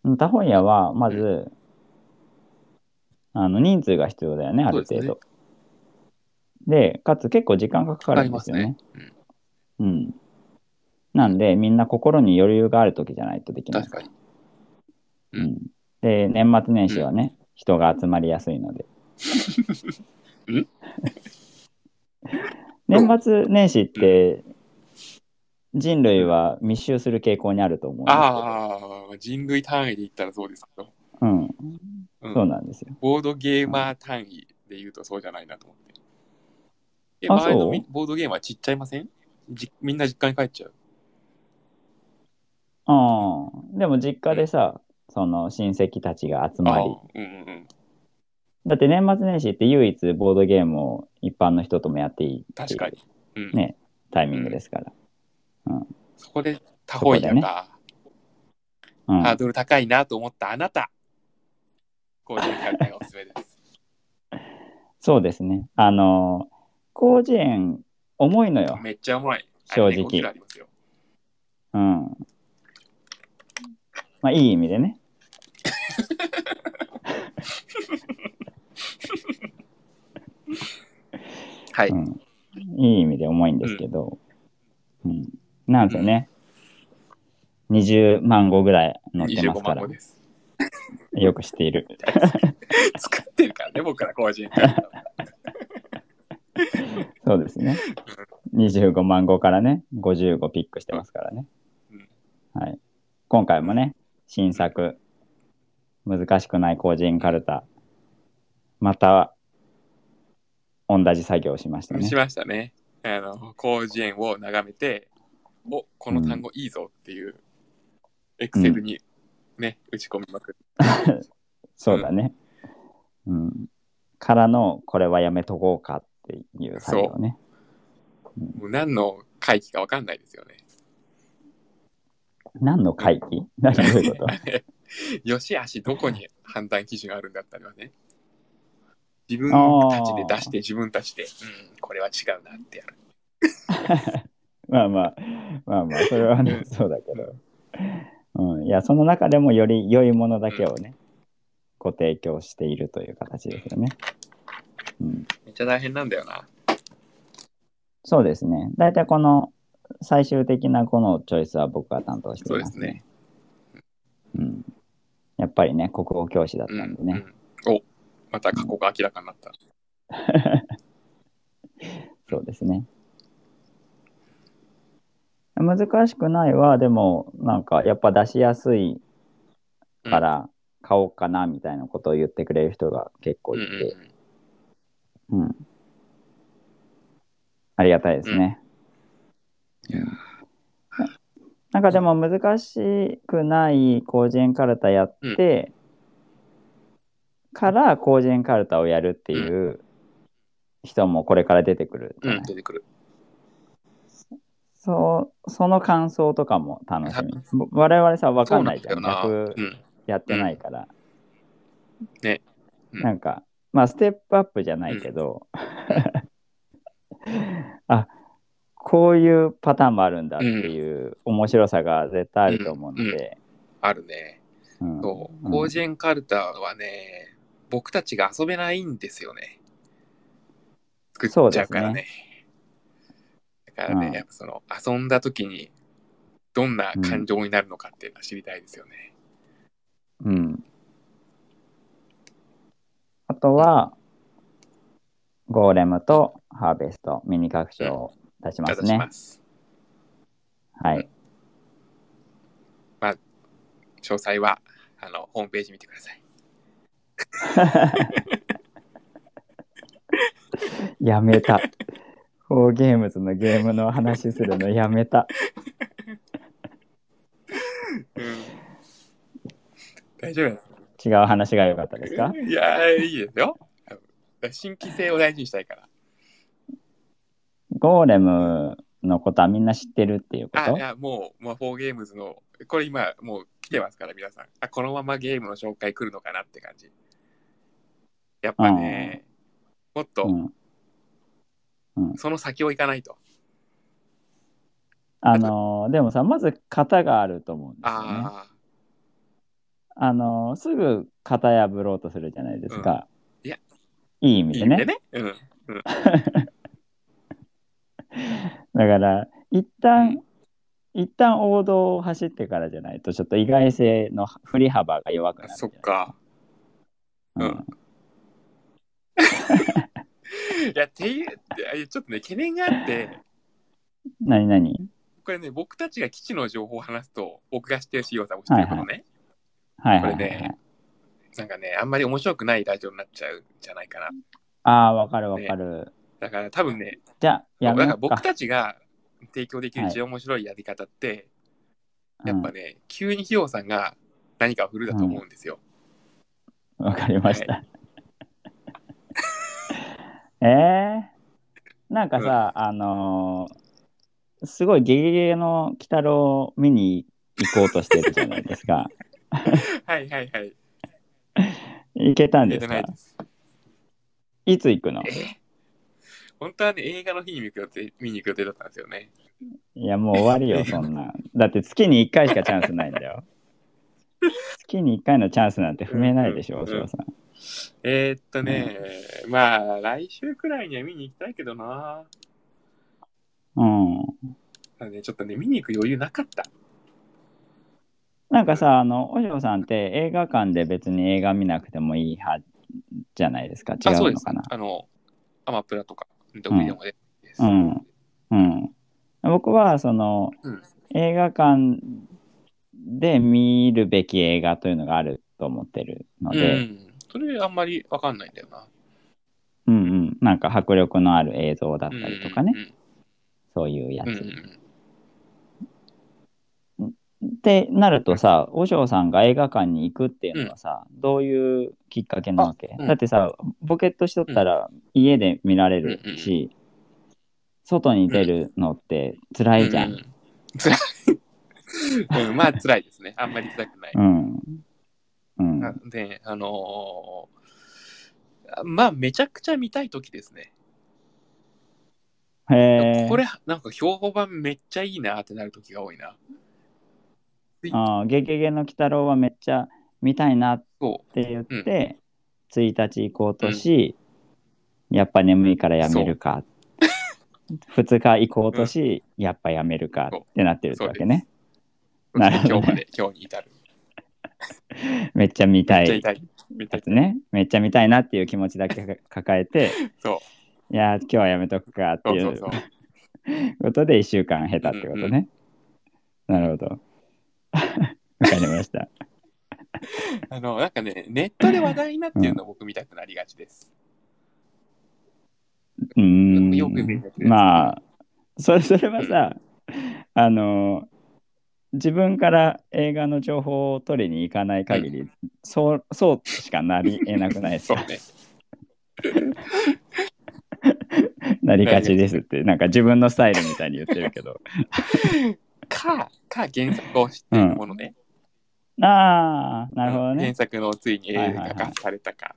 Speaker 1: うんタホイヤは、まず、
Speaker 2: う
Speaker 1: あの、人数が必要だよね、ある程
Speaker 2: そう
Speaker 1: 度。でかつ結構時間がかかるんですよね。
Speaker 2: かかりますね
Speaker 1: うん。なんで、みんな心に余裕がある時じゃないとでき
Speaker 2: うん
Speaker 1: ない
Speaker 2: 確。かに。
Speaker 1: う
Speaker 2: に
Speaker 1: ん、で、年末年始はね、人が集まりやすいの で
Speaker 2: ん。
Speaker 1: 年末年始って、人類は密集する傾向にあると思うんですけど
Speaker 2: ああ、人類単位で言ったらそうですけど、
Speaker 1: うん、
Speaker 2: うん
Speaker 1: そうなんですよ。
Speaker 2: ボードゲーマー単位で言うとそうじゃないなと思って。え、
Speaker 1: あ
Speaker 2: 周りの
Speaker 1: そう
Speaker 2: みボードゲームはちっちゃいませんじみんな実家に帰っちゃう。
Speaker 1: ああ、でも実家でさ、その親戚たちが集ま
Speaker 2: ああ
Speaker 1: り、
Speaker 2: ー、うんうんうん。
Speaker 1: だって年末年始って唯一ボードゲームを一般の人ともやっていいってい
Speaker 2: 確か
Speaker 1: う
Speaker 2: に。うん。
Speaker 1: ねタイミングですから。
Speaker 2: そこで他方位
Speaker 1: そ
Speaker 2: や
Speaker 1: こでね
Speaker 2: か、
Speaker 1: うん
Speaker 2: ハードル高いなと思ったあなた。こういう100回がおすすめです。
Speaker 1: そうですね。あのー、広辞苑重いのよ。
Speaker 2: めっちゃ重い。
Speaker 1: 正直
Speaker 2: あれね5キロありますよ
Speaker 1: うん。まあいい意味でね。。
Speaker 2: はいう
Speaker 1: ん、いい意味で重いんですけど、うんなんせね、20万語ぐらい載ってま
Speaker 2: 25
Speaker 1: すか
Speaker 2: 万
Speaker 1: ら
Speaker 2: 個、です。
Speaker 1: よく知っている。
Speaker 2: 作ってるからね、僕ら個人から。
Speaker 1: そうですね。25万語からね、55ピックしてますからね
Speaker 2: うん。
Speaker 1: はい。今回もね、新作、難しくない個人カルタ、また、同じ作業をしましたね
Speaker 2: し。ましたね。あの、広辞苑を眺めて、お、この単語いいぞっていう、エクセルにね、打ち込みまくる。
Speaker 1: そうだね。うん。からの、これはやめとこうかっていう作業ね。
Speaker 2: もう何の回帰かわかんないですよね。
Speaker 1: 何の会議何どういうこと
Speaker 2: よしあしどこに判断基準があるんだったらね。自分たちで出して、自分たちで、うん、これは違うなってやる。
Speaker 1: まあまあ、まあまあ、それはね、そうだけど。うん、いや、その中でもより良いものだけをね、ご提供しているという形ですよね。うん、
Speaker 2: めっちゃ大変なんだよな。
Speaker 1: そうですね。大体この最終的なこのチョイスは僕が担当して
Speaker 2: そ
Speaker 1: いう
Speaker 2: で
Speaker 1: ますす
Speaker 2: ね
Speaker 1: ね。。うん、やっぱりね、国語教師だった
Speaker 2: うん
Speaker 1: んで
Speaker 2: う
Speaker 1: ね、
Speaker 2: ん、お、また過去が明らかになった。
Speaker 1: そうですね。難しくないは、でも、なんか、やっぱ出しやすいから買おうかな、みたいなことを言ってくれる人が結構
Speaker 2: う
Speaker 1: い
Speaker 2: ん
Speaker 1: て、
Speaker 2: うんうん
Speaker 1: うん。ありがたいですね。
Speaker 2: いやー
Speaker 1: なんかでも難しくない広辞苑カルタやって、から広辞苑カルタをやるっていう人もこれから出てくるじゃ
Speaker 2: う
Speaker 1: ない、
Speaker 2: ん、出てくる。
Speaker 1: そう、その感想とかも楽しみ。ぼ我々さ、わかんないじゃ
Speaker 2: そ
Speaker 1: ん。
Speaker 2: うなんだよな
Speaker 1: 逆
Speaker 2: うん
Speaker 1: やってないから。
Speaker 2: ねうん
Speaker 1: なんか、まあ、ステップアップじゃないけど、 あこういうパターンもあるんだっていう面白さが絶対あると思うので、
Speaker 2: あるね。
Speaker 1: うん
Speaker 2: そう。
Speaker 1: うん
Speaker 2: 広辞苑カルタはね、僕たちが遊べないんですよね。作っちゃうからね。だからね、
Speaker 1: うん
Speaker 2: やっぱその、遊んだ時に、どんな感情になるのかっていうのは知りたいですよね。
Speaker 1: うんあとは、ゴーレムとハーベスト、ミニ拡張を出し
Speaker 2: た
Speaker 1: ま
Speaker 2: だ
Speaker 1: す
Speaker 2: し
Speaker 1: ね
Speaker 2: ま。す。
Speaker 1: はい。
Speaker 2: 詳細は、あの、ホームページ見てください。
Speaker 1: やめた。 ウォーゲームズのゲームの話するのやめた。
Speaker 2: うん大丈夫です
Speaker 1: 違う話が良かったですか
Speaker 2: いや、いいですよ。新規性を大事にしたいから。
Speaker 1: ゴーレムのことはみんな知ってるっていうこ
Speaker 2: あ、
Speaker 1: と
Speaker 2: いや、もう、まあ、フォーゲームズの、これ今、もう来てますから、皆さん。あ、このままゲームの紹介来るのかなって感じ。やっぱね、もっ
Speaker 1: う
Speaker 2: と、
Speaker 1: ん、
Speaker 2: その先を行かないと。
Speaker 1: あのーでもさまず型があると思うんですよね。
Speaker 2: ああ、
Speaker 1: あのーすぐ型破ろうとするじゃないですか。
Speaker 2: うんいや
Speaker 1: いい意味
Speaker 2: い
Speaker 1: で
Speaker 2: いん
Speaker 1: ね。
Speaker 2: でね。うん。
Speaker 1: だから一
Speaker 2: う
Speaker 1: 旦、一旦王道を走ってからじゃないとちょっと意外性の振り幅が弱くなるじゃ
Speaker 2: そ
Speaker 1: な
Speaker 2: っ
Speaker 1: い
Speaker 2: か。うん
Speaker 1: うん
Speaker 2: いや、っていう、いやちょっとね、懸念があって、
Speaker 1: 何何
Speaker 2: これね、僕たちが基地の情報を話すと、僕が知ってるし、おさんも知ってることね、
Speaker 1: はいはいはい、
Speaker 2: これねなんかね、あんまり面白くないラジオになっちゃうんじゃないかな。
Speaker 1: ああわかるわかる。
Speaker 2: だから多分ね、
Speaker 1: じゃあや
Speaker 2: だか
Speaker 1: めよ
Speaker 2: ら
Speaker 1: うか
Speaker 2: 僕。たちが提供できる一番面白いやり方って、やっぱね、急にひよさんが何かを振るだと思うんですよ。
Speaker 1: うんわ、かりました。 えー、なんかさ、あのーすごいゲゲゲの鬼太郎を見に行こうとしてるじゃないです か。
Speaker 2: はいはいはい。
Speaker 1: 行けたん
Speaker 2: え
Speaker 1: で
Speaker 2: て
Speaker 1: す
Speaker 2: な
Speaker 1: か
Speaker 2: いです。
Speaker 1: いつ行くの
Speaker 2: 本当はね、映画の日に見に行く予定見に行く予定だったんですよね。
Speaker 1: いや、もう終わり よ、そんなん。だって月に1回しかチャンスないんだよ。月に1回のチャンスなんて踏めないでしょ、
Speaker 2: うん
Speaker 1: お
Speaker 2: うんうん
Speaker 1: 嬢さん。
Speaker 2: えー、っとね、まあ、来週くらいには見に行きたいけどな。
Speaker 1: うん。
Speaker 2: ただね、ちょっとね、見に行く余裕なかった。
Speaker 1: なんかさ、あの、お嬢さんって映画館で別に映画見なくてもいい派じゃないですか。違
Speaker 2: あ、そううで
Speaker 1: の
Speaker 2: す
Speaker 1: かな。
Speaker 2: あの、アマプラとか、どこでもです。
Speaker 1: うんうん。僕は、その、
Speaker 2: うん
Speaker 1: 映画館で見るべき映画というのがあると思ってるの
Speaker 2: う
Speaker 1: で、
Speaker 2: ん。それあんまりわかんないんだよな。
Speaker 1: うん、うんなんか迫力のある映像だったりとかね、
Speaker 2: うん
Speaker 1: そういうやつ。
Speaker 2: うんうん。うんうん
Speaker 1: ってなるとさ、和尚さんが映画館に行くっていうのはさ、どういうきっかけなわけ、
Speaker 2: あうん
Speaker 1: だってさ、ボケっとしとったら家で見られるし、外に出るのって辛いじゃ。
Speaker 2: うんん。辛い。うん、まあ辛いですね。あんまり辛くない。
Speaker 1: うん。うん。
Speaker 2: あで、あのーまあめちゃくちゃ見たい時ですね。
Speaker 1: へえ。
Speaker 2: これなんか評判めっちゃいいなってなる時が多いな。
Speaker 1: あーゲゲゲの鬼太郎はめっちゃ見たいなっ
Speaker 2: そ
Speaker 1: て言って、1日行こうとし、やっぱ眠いからやめる か。2日行こうとし、やっぱやめるかってなってるってわけね。
Speaker 2: う。
Speaker 1: なるほどね
Speaker 2: 今日まで、今日に至る。
Speaker 1: めっちゃ見た
Speaker 2: めっちゃ
Speaker 1: い
Speaker 2: 痛い。めっちゃ
Speaker 1: やつ
Speaker 2: 痛い。
Speaker 1: ね、めっちゃ見たいなっていう気持ちだけ抱えて、
Speaker 2: そう。
Speaker 1: いやー、今日はやめとくかって
Speaker 2: そ
Speaker 1: いう
Speaker 2: そう
Speaker 1: う
Speaker 2: そう。
Speaker 1: ことで、1週間経たってことね。なるほど。 わかりました。
Speaker 2: あの、なんかね、ネットで話題になってるの僕見たくなりがちです。
Speaker 1: うーん。
Speaker 2: よく見るやつです
Speaker 1: まあ、それそれはさ、あのー、自分から映画の情報を取りに行かない限り、そう、そうしかなりえなくないです
Speaker 2: そう
Speaker 1: か。
Speaker 2: ね。
Speaker 1: なりがちですって、なんか自分のスタイルみたいに言ってるけ ど。
Speaker 2: か、か、原作を知っているものね。
Speaker 1: ああ、なるほどね。
Speaker 2: 原作のついに映画
Speaker 1: はいはいは
Speaker 2: 化されたか。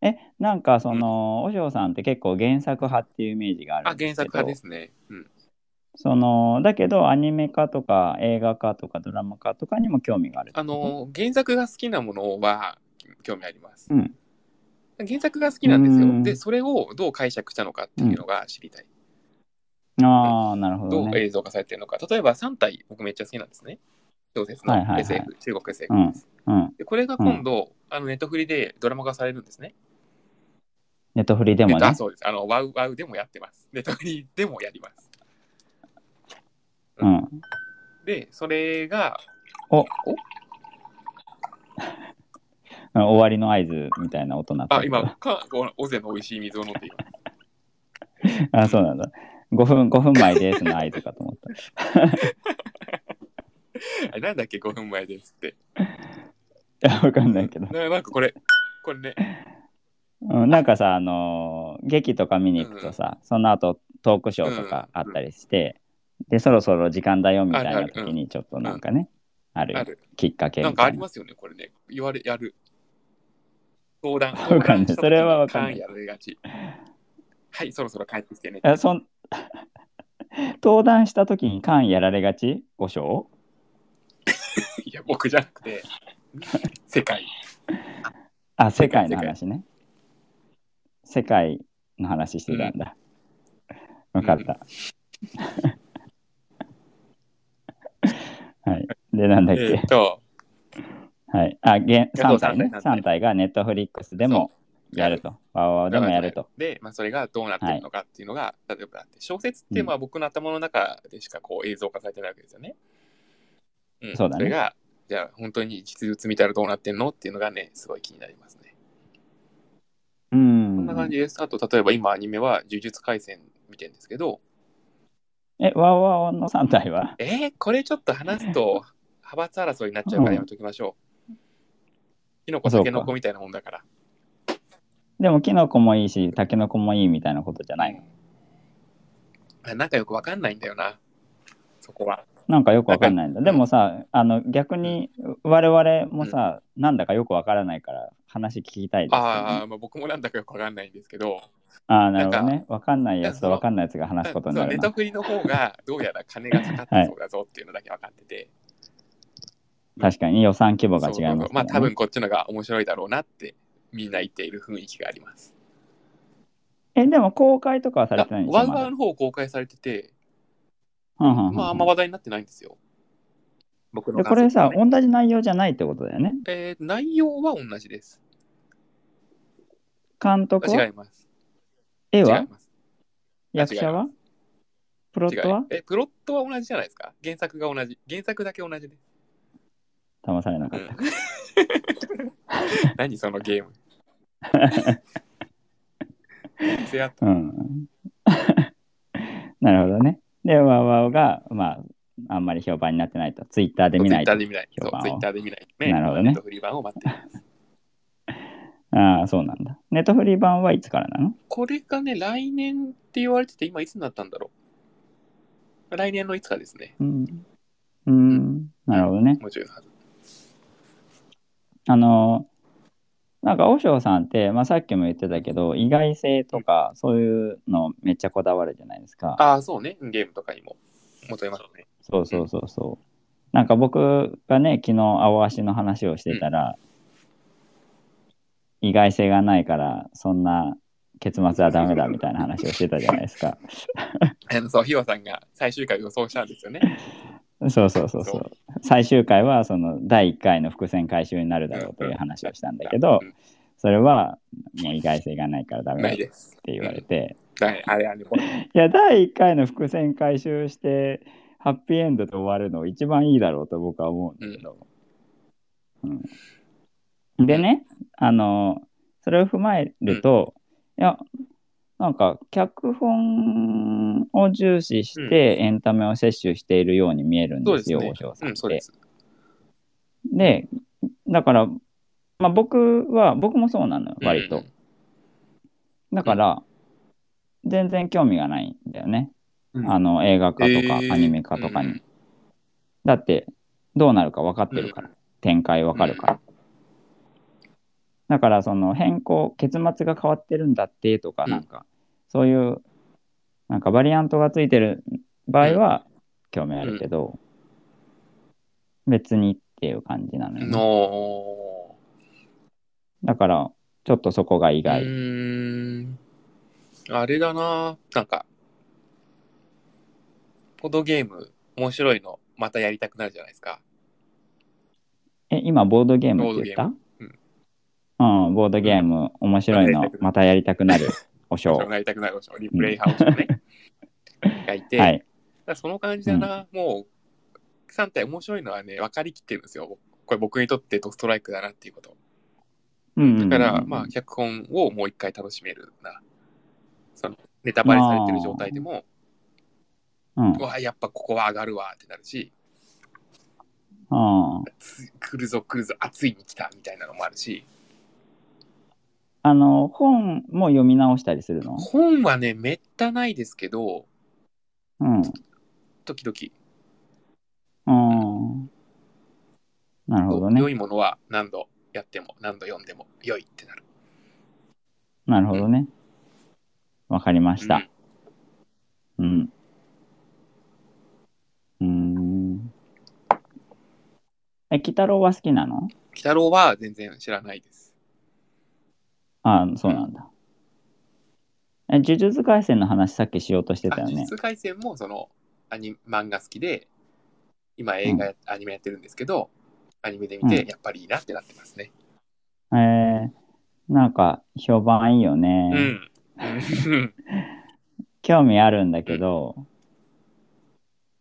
Speaker 1: え、なんかその、お嬢さんって結構原作派っていうイメージがある
Speaker 2: あ、
Speaker 1: ん
Speaker 2: 原
Speaker 1: ですけ
Speaker 2: 作
Speaker 1: ど、
Speaker 2: 派ですね。うん。
Speaker 1: その、だけどアニメ化とか映画化とかドラマ化とかにも興味があるって
Speaker 2: あ
Speaker 1: こと。
Speaker 2: の、原作が好きなものは興味あります
Speaker 1: う。ん。
Speaker 2: 原作が好きなんです
Speaker 1: うん
Speaker 2: よ。で、それをどう解釈したのかっていうのが知りたい。
Speaker 1: ああ、なるほ
Speaker 2: ど
Speaker 1: ど
Speaker 2: う
Speaker 1: ね。
Speaker 2: 映像化されてるのか。例えば3体、僕めっちゃ好きなんですね。小説の
Speaker 1: はいはいはい
Speaker 2: SF、中国 SF
Speaker 1: う。ん。うん。
Speaker 2: でこれが今度、あのネットフリでドラマ化されるんですね。
Speaker 1: ネットフリで
Speaker 2: え
Speaker 1: も
Speaker 2: っと
Speaker 1: ね
Speaker 2: あ。そうです。あの、ワウワウでもやってます。ネットフリでもやります。
Speaker 1: うん。
Speaker 2: で、それが、
Speaker 1: うん終わりの合図みたいな音なった
Speaker 2: あ、今、か、お尾瀬の美味しい水を飲んでい ます。
Speaker 1: あ、そうなんだ。5分、5分前ですの合図かと思った。
Speaker 2: あれなんだっけ、5分前ですって。
Speaker 1: いや、わかんないけど。
Speaker 2: ななんかこれ、これね。
Speaker 1: うん、なんかさ、あのー劇とか見に行くとさ、その後トークショーとかあったりして、で、そろそろ時間だよみたい
Speaker 2: あるあ
Speaker 1: な
Speaker 2: るうん
Speaker 1: 時に、ちょっとなんかね、ある
Speaker 2: ある。
Speaker 1: きっかけ
Speaker 2: なん
Speaker 1: み
Speaker 2: か
Speaker 1: た
Speaker 2: あ
Speaker 1: い
Speaker 2: り
Speaker 1: な。
Speaker 2: ますよね、これね。言われ、やる。相談。
Speaker 1: わかんないそれはわかんない
Speaker 2: やられがち。はい、そろそろ帰ってきてね。
Speaker 1: えそん 登壇した時に缶やられがち五章
Speaker 2: いや、僕じゃなくて、世界。
Speaker 1: あ、世界の話ね。世界の話してたんだ。わ、
Speaker 2: ん
Speaker 1: かった。 はい。で、なんだっけ、
Speaker 2: えっと、
Speaker 1: はい。あ、げ
Speaker 2: そう
Speaker 1: 3体ね。
Speaker 2: 三体
Speaker 1: 3体がネットフリックスでもやると。ワオワオでもやると。
Speaker 2: で、まあ、それがどうなってるのかっていうのが、例えばだって、小説って、まあ、僕の頭の中でしかこう映像化されてないわけですよね。うん、
Speaker 1: そうだね
Speaker 2: れが、じゃあ、本当に実物見たらどうなってんのっていうのがね、すごい気になりますね。
Speaker 1: う
Speaker 2: こ
Speaker 1: ん
Speaker 2: んな感じです。あと、例えば今、アニメは呪術廻戦見てるんですけど、
Speaker 1: え、ワオワオの3体は
Speaker 2: えー、これちょっと話すと、派閥争いになっちゃうからやめときましょう。キノコ、
Speaker 1: そう
Speaker 2: タ
Speaker 1: か
Speaker 2: ケノコみたいなもんだから。
Speaker 1: でも、キノコもいいし、タケノコもいいみたいなことじゃないの。
Speaker 2: あなんかよくわかんないんだよな、そこは。
Speaker 1: なんかよくわかんないんだ。
Speaker 2: なん
Speaker 1: で
Speaker 2: か
Speaker 1: もさ、あの逆に我々もさ、なんだかよくわからないから話聞きたいですよね、
Speaker 2: あー、まあ、僕もなんだかよくわかんないんですけど、
Speaker 1: ああ、なるほど
Speaker 2: な
Speaker 1: ね。わかんないやつ
Speaker 2: いやそ
Speaker 1: と
Speaker 2: う
Speaker 1: わかんないやつが話すことにな
Speaker 2: そう
Speaker 1: る
Speaker 2: ネタ
Speaker 1: な。
Speaker 2: フリの方がどうやら金がかかってそうだぞっていうのだけ分かってて、
Speaker 1: 確かに予算規模が
Speaker 2: そう
Speaker 1: 違います
Speaker 2: ま
Speaker 1: から
Speaker 2: あ多
Speaker 1: ね。
Speaker 2: 分こっちのが面白いだろうなってみんな言っている雰囲気があります。
Speaker 1: え、でも公開とかはされ
Speaker 2: ワ
Speaker 1: てないん
Speaker 2: ウ
Speaker 1: です
Speaker 2: ワ
Speaker 1: よ。
Speaker 2: ウ
Speaker 1: まだ
Speaker 2: の方公開されてて、
Speaker 1: うんうんうんうん
Speaker 2: まああんま話題になってないんですよ。僕の
Speaker 1: でこれさ、
Speaker 2: 感想はね
Speaker 1: 同じ内容じゃないってことだよね。
Speaker 2: えー内容は同じです。
Speaker 1: 監督
Speaker 2: 違
Speaker 1: はい
Speaker 2: ます。
Speaker 1: 絵
Speaker 2: 違い
Speaker 1: は
Speaker 2: ます。
Speaker 1: 役者はプロ
Speaker 2: 違
Speaker 1: ッ
Speaker 2: い
Speaker 1: ト
Speaker 2: ま
Speaker 1: は
Speaker 2: す。え、プロットは同じじゃないですか原作が同じ。原作だけ同じです。
Speaker 1: 騙されな
Speaker 2: う
Speaker 1: かっ
Speaker 2: ん何そのゲー ム。せや
Speaker 1: た。うん。 なるほどね。で、ワウワウが、まあ、あんまり評判になってないと。ツイッターで見ない
Speaker 2: ツイッタ
Speaker 1: と
Speaker 2: ー。で見ない。そ
Speaker 1: 評
Speaker 2: う
Speaker 1: 判を、
Speaker 2: ツイッターで見ない。ね、
Speaker 1: なるほどね
Speaker 2: ネットフリー版を待ってる。
Speaker 1: ああ、そうなんだ。ネットフリー版はいつからなの
Speaker 2: これがね、来年って言われてて、今いつになったんだろう。来年のいつかですね。
Speaker 1: うん。うん。なるほどね。
Speaker 2: もうちょいのはず。
Speaker 1: あの、なんか、和尚さんって、まあ、さっきも言ってたけど、意外性とか、そういうのめっちゃこだわるじゃないですか。
Speaker 2: ああ、そうね。ゲームとかにも求めますね。
Speaker 1: そうそうそうそう。なんか僕がね、昨日、青足の話をしてたら、意外性がないから、そんな結末はダメだみたいな話をしてたじゃないです か。
Speaker 2: あのそう、ひわさんが最終回予想したんですよね。
Speaker 1: そうそうそうそう。最終回は、その、第1回の伏線回収になるだろうという話をしたんだけど
Speaker 2: う、ん
Speaker 1: それは、もう意外性がないからダメだ
Speaker 2: ない
Speaker 1: って
Speaker 2: です。
Speaker 1: 言われて、
Speaker 2: はい、あれ、あれ、これ
Speaker 1: いや、第1回の伏線回収して、ハッピーエンドで終わるの一番いいだろうと僕は思うんだけど。うんでね、あの、それを踏まえると、いや、なんか、脚本を重視してエンタメを摂取しているように見えるん
Speaker 2: そう
Speaker 1: で
Speaker 2: ですす
Speaker 1: よ、
Speaker 2: ね
Speaker 1: お嬢。さ
Speaker 2: うん
Speaker 1: っ
Speaker 2: ん、
Speaker 1: て
Speaker 2: そうです。
Speaker 1: で、だから、まあ、僕は、僕もそうなのよ、割
Speaker 2: う
Speaker 1: と
Speaker 2: ん。。
Speaker 1: だから、全然興味がないんだよね。
Speaker 2: うん
Speaker 1: あの、映画化と
Speaker 2: えー
Speaker 1: かアニメ化とか
Speaker 2: う
Speaker 1: に
Speaker 2: ん。
Speaker 1: だって、どうなるか分かってるから。展開分かるから。だから、その変更、結末が変わってるんだってとか、
Speaker 2: うん
Speaker 1: なんか、そういう、なんかバリアントがついてる場合は、興味あるけど、別にっていう感じなのよね。
Speaker 2: の
Speaker 1: だから、ちょっとそこが意
Speaker 2: ー
Speaker 1: 外。
Speaker 2: うーん。あれだななんか、ボードゲーム、面白いの、またやりたくなるじゃないですか。
Speaker 1: え、今、ボードゲームって言った
Speaker 2: ボードゲ
Speaker 1: うん、ボードゲーム、面白いの、またやりたくなる、 おしょ
Speaker 2: やりたくなるでしょ。リプレイ派 をね。がいて、
Speaker 1: う。は
Speaker 2: だか
Speaker 1: い。
Speaker 2: らその感じだな、もう、3体面白いのはね、分かりきってるんですよ。これ僕にとってドストライクだなっていうこと。
Speaker 1: うんうんうんう
Speaker 2: だ
Speaker 1: ん
Speaker 2: から、まあ、脚本をもう一回楽しめるな。そのネタバレされてる状態でも、
Speaker 1: うん。
Speaker 2: うわ、やっぱここは上がるわってなるし、
Speaker 1: うん。
Speaker 2: つ来るぞ来るぞ、熱いに来たみたいなのもあるし、
Speaker 1: あの、本も読み直したりするの
Speaker 2: 本はね、めったないですけど、
Speaker 1: うん。
Speaker 2: 時々、
Speaker 1: うん。なるほどね
Speaker 2: 良。いものは何度やっても、何度読んでも良いってなる。
Speaker 1: なるほどね。わかりました。
Speaker 2: うん
Speaker 1: うん。うーん。え、鬼太郎は好きなの
Speaker 2: 鬼太郎は全然知らないです。
Speaker 1: ああ、そうなんだ。え、呪術廻戦の話さっきしようとして
Speaker 2: あ
Speaker 1: たよ
Speaker 2: 呪
Speaker 1: ね。
Speaker 2: 術廻戦もそのアニ漫画好きで、今映画や、アニメやってるんですけど、アニメで見て、
Speaker 1: うん
Speaker 2: やっぱりいいなってなってますね。
Speaker 1: えー、なんか評判いいよね
Speaker 2: う。ん。うん
Speaker 1: 興味あるんだけど、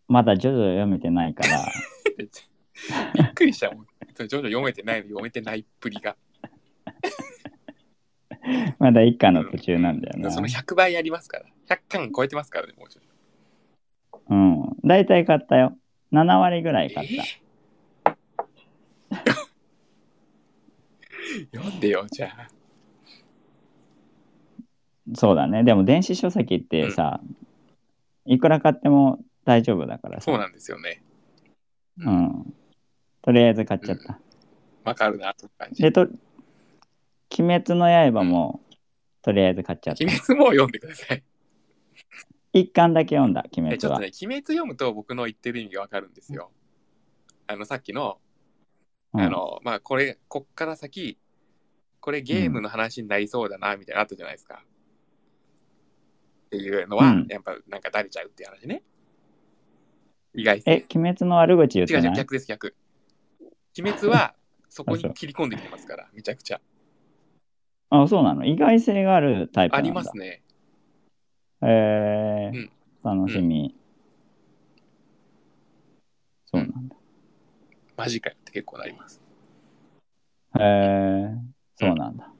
Speaker 1: まだ徐々読めてないから。
Speaker 2: びっくりしたもん。徐々読めてないの読めてないっぷりが。
Speaker 1: まだ一巻の途中なんだよな。
Speaker 2: その100倍ありますから。100巻超えてますからね、もうちょっ
Speaker 1: うん。大体買ったよ。7割ぐらい
Speaker 2: と。
Speaker 1: 買った。
Speaker 2: えー読んでよ、じゃあ。
Speaker 1: そうだね。でも電子書籍ってさ、いくら買っても大丈夫だからさ。
Speaker 2: そうなんですよね。
Speaker 1: うん。とりあえず買っちゃった。
Speaker 2: わかるな、という感じ。
Speaker 1: で、と、鬼滅の刃も、とりあえず買っちゃった。
Speaker 2: 鬼滅も読んでください。
Speaker 1: 一巻だけ読んだ、鬼
Speaker 2: え
Speaker 1: 滅
Speaker 2: ちょっと
Speaker 1: は。
Speaker 2: ね、鬼滅読むと僕の言ってる意味がわかるんですよ。あの、さっきの、
Speaker 1: うん
Speaker 2: あの、まあ、これ、こっから先、これゲームの話になりそうだな、みたいなのあったじゃないですか。っていうのは、
Speaker 1: うん
Speaker 2: やっぱなんかだれちゃうっていう話ね。意外性
Speaker 1: え、鬼滅の悪口言って
Speaker 2: 違う違う、
Speaker 1: ない
Speaker 2: 逆です、逆。鬼 滅は、そこに切り込んできてますから、めちゃくちゃ。
Speaker 1: あ、そうなの意外性があるタイプ
Speaker 2: あ
Speaker 1: なんだ。
Speaker 2: りますね。
Speaker 1: えー楽しみ。そうなんだ。
Speaker 2: マジかよって結構なります。
Speaker 1: えーそうなんだ。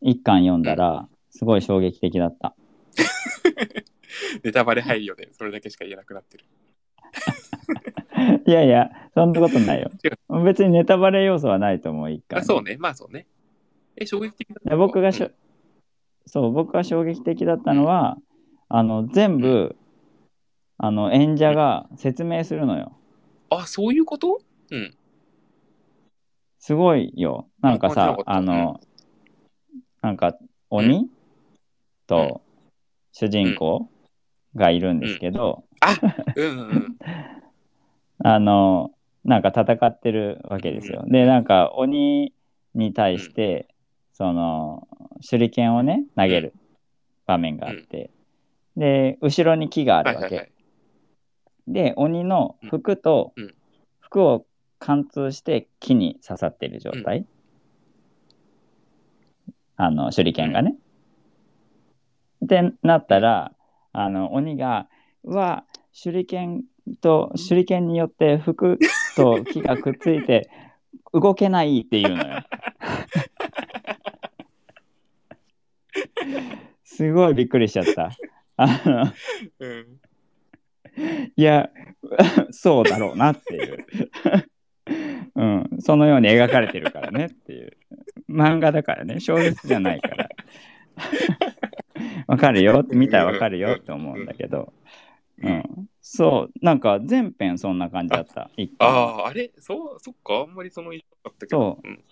Speaker 1: 一巻読んだら、すごい衝撃的だった。
Speaker 2: ネタバレ配慮で、それだけしか言えなくなってる。
Speaker 1: いやいや、そんなことないよ
Speaker 2: 違。
Speaker 1: 別にネタバレ要素はないと思う、一巻
Speaker 2: あ
Speaker 1: に。
Speaker 2: そうね、まあそうね。え、衝撃的だった
Speaker 1: で僕がしょ、
Speaker 2: うん
Speaker 1: そう僕が衝撃的だったのは、あの全部、
Speaker 2: う
Speaker 1: あの演者が説明するのよ
Speaker 2: あ、そういうことうん。
Speaker 1: すごいよなんか
Speaker 2: あ面
Speaker 1: さ
Speaker 2: 白かった
Speaker 1: あの、なんか鬼、と主人公がいるんですけど、
Speaker 2: うんうん うん。
Speaker 1: あのなんか戦ってるわけですよ、でなんか鬼に対して、その手裏剣をね投げる場面があって、で後ろに木がある
Speaker 2: はい
Speaker 1: わけ、
Speaker 2: はいはい。
Speaker 1: で鬼の服と
Speaker 2: うんうん
Speaker 1: 服を貫通して木に刺さってる状態、あの手裏剣がね。ってなったらあの鬼が「うわ手裏剣と手裏剣によって服と木がくっついて動けない」っていうの よ。すごいびっくりしちゃった。あの
Speaker 2: うん。
Speaker 1: いや、 そうだろうなっていう。 うん、そのように描かれてるからねっていう。漫画だからね、小説じゃないから。 わかるよ、見たらわかるよって思うんだけど。うん、そう、なんか全編そんな感じだった。一
Speaker 2: あ
Speaker 1: 巻
Speaker 2: あ、あれそう、そっか。あんまりその印象なかったけど。。
Speaker 1: そう
Speaker 2: ん、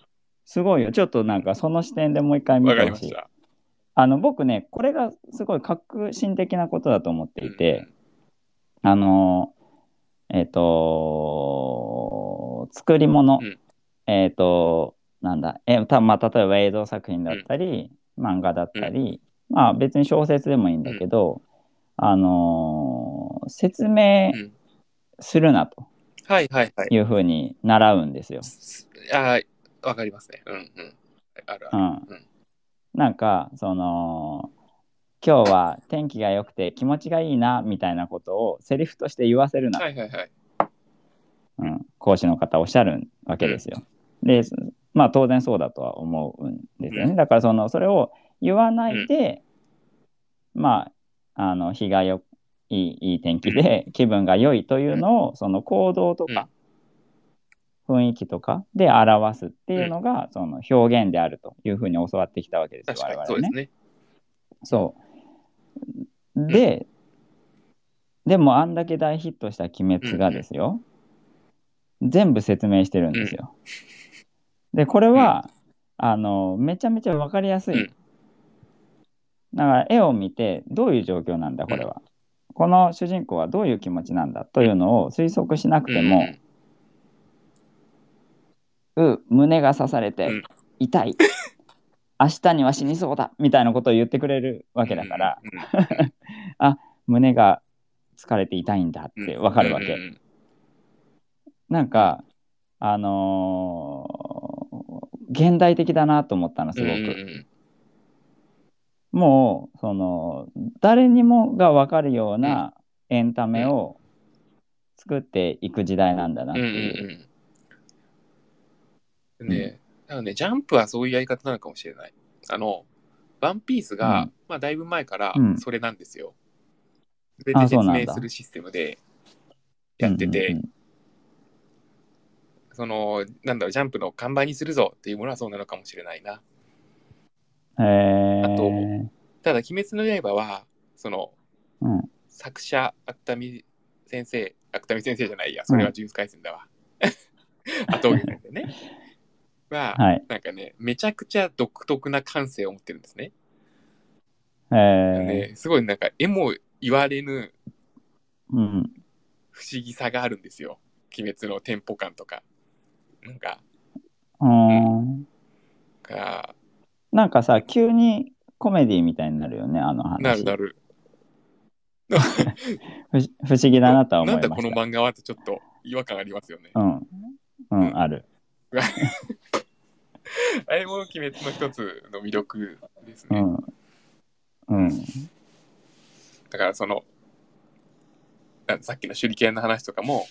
Speaker 1: すごいよ。ちょっとなんかその視点でもう一回見
Speaker 2: わか
Speaker 1: て
Speaker 2: り
Speaker 1: ほ
Speaker 2: ま
Speaker 1: し
Speaker 2: し
Speaker 1: い。
Speaker 2: た。
Speaker 1: あの、僕ね、これがすごい革新的なことだと思っていて、あのーえっ、と作り物、
Speaker 2: うん
Speaker 1: えっ、となんだえた、まあ、例えば映像作品だったり、漫画だったり、まあ別に小説でもいいんだけど、あのー説明
Speaker 2: うん、うん。
Speaker 1: するなと
Speaker 2: はいはいはい。
Speaker 1: いうふうに習うんですよ。
Speaker 2: すああ、わかりますね。うんうん。あるあ
Speaker 1: う
Speaker 2: る。
Speaker 1: ん、なんかその今日は天気が良くて気持ちがいいなみたいなことをセリフとして言わせるな
Speaker 2: はいはいはい。
Speaker 1: うん、講師の方おっしゃるわけですよ。でそまあ当然そうだとは思うんですよね。
Speaker 2: うん
Speaker 1: だからそのそれを言わないで、まああの日がよいいいい天気で気分が良いというのをその行動とか雰囲気とかで表すっていうのがその表現であるというふうに教わってきたわけですよ
Speaker 2: 確かに
Speaker 1: 我
Speaker 2: そう
Speaker 1: 々
Speaker 2: で
Speaker 1: ね
Speaker 2: す。ね。
Speaker 1: そう。で、でもあんだけ大ヒットした「鬼滅」がですよ、全部説明してるんですよ。でこれは、あのめちゃめちゃ分かりやすい。
Speaker 2: うん
Speaker 1: だから絵を見てどういう状況なんだこれは、この主人公はどういう気持ちなんだというのを推測しなくても、う胸が刺されて、
Speaker 2: うん
Speaker 1: 痛い明日には死にそうだみたいなことを言ってくれるわけだから、
Speaker 2: うん、
Speaker 1: 胸が疲れて痛いんだってわかるわけ、
Speaker 2: うん
Speaker 1: なんかあのー現代的だなと思ったのすごく、
Speaker 2: うんうん
Speaker 1: もうその誰にもがわかるようなエンタメを作っていく時代なんだなっ
Speaker 2: うん
Speaker 1: て
Speaker 2: う
Speaker 1: いう、
Speaker 2: んうんうんね、だからね、ジャンプはそういうやり方なのかもしれない。あの、ワンピースが、
Speaker 1: うん
Speaker 2: まあ、だいぶ前から
Speaker 1: うん
Speaker 2: それなんですよ。それ
Speaker 1: あ
Speaker 2: で
Speaker 1: そう
Speaker 2: 説
Speaker 1: なんだ
Speaker 2: 明するシステムでやってて、
Speaker 1: うんうん
Speaker 2: その、なんだろう、ジャンプの看板にするぞっていうものはそうなのかもしれないな。
Speaker 1: うんへー
Speaker 2: あとただ、鬼滅の刃は、その、
Speaker 1: うん
Speaker 2: 作者、芥見先生、芥見先生じゃないや、それは呪術廻戦だわ。あと、先生 ね。は、
Speaker 1: はい
Speaker 2: なんかね、めちゃくちゃ独特な感性を持ってるんですね。
Speaker 1: え
Speaker 2: ねすごいなんか、絵も言われぬ
Speaker 1: ーうん、
Speaker 2: 不思議さがあるんですよ。鬼滅のテンポ感とか。なんか、
Speaker 1: うん、
Speaker 2: が
Speaker 1: なんかさ急にコメディみたいになるよねあの話
Speaker 2: なるな
Speaker 1: 不
Speaker 2: る。
Speaker 1: 思不思議だなとは思いま
Speaker 2: なん
Speaker 1: した
Speaker 2: だこの漫画はってちょっと違和感ありますよね。
Speaker 1: うん、う
Speaker 2: うん
Speaker 1: ん、ある。
Speaker 2: あれも鬼滅の一つの魅力です
Speaker 1: う
Speaker 2: ね。
Speaker 1: ん。うん。
Speaker 2: だからその、なんさっきの手裏剣の話とかも、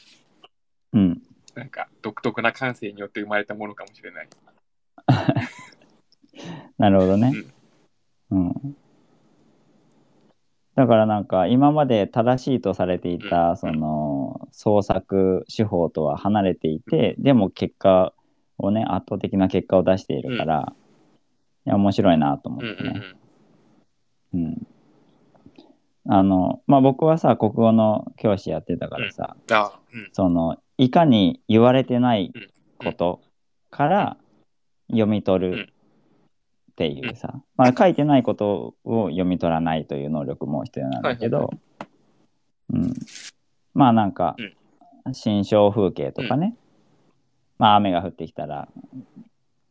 Speaker 1: うん。
Speaker 2: なんか独特な感性によって生まれたものかもしれない。
Speaker 1: なるほどね。うん。だからなんか今まで正しいとされていたその創作手法とは離れていてでも結果をね圧倒的な結果を出しているからいや面白いなと思っ
Speaker 2: うんう
Speaker 1: て
Speaker 2: んう
Speaker 1: ね。
Speaker 2: ん。
Speaker 1: うん。あのまあ僕はさ国語の教師やってたからさ
Speaker 2: あうん。
Speaker 1: そのいかに言われてないことから読み取るっていうさ、まあ、書いてないことを読み取らないという能力も必要なんだけ
Speaker 2: はい
Speaker 1: ど、うん、まあなんか心象風景とかね、まあ雨が降ってきたら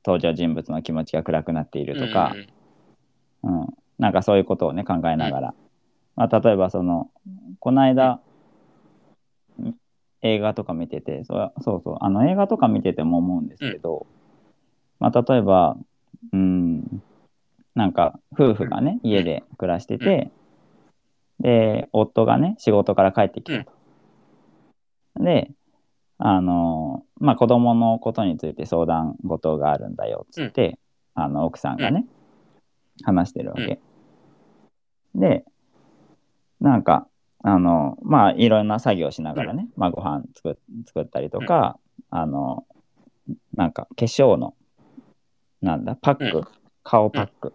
Speaker 1: 登場人物の気持ちが暗くなっているとか
Speaker 2: う、んうん
Speaker 1: うん、なんかそういうことをね考えながら、まあ、例えばそのこの間、映画とか見ててそそうそうあの映画とか見てても思うんですけど、まあ、例えばうんなんか夫婦がね家で暮らしてて、で夫がね仕事から帰ってきたと。であのまあ子供のことについて相談事があるんだよっつって、あの奥さんがね、話してるわけ。で、なんか、あの、まあ、いろんな作業しながらね、まあ、ご飯作作ったりとか、あの、なんか、化粧の、なんだ、パック、
Speaker 2: うん
Speaker 1: 顔パック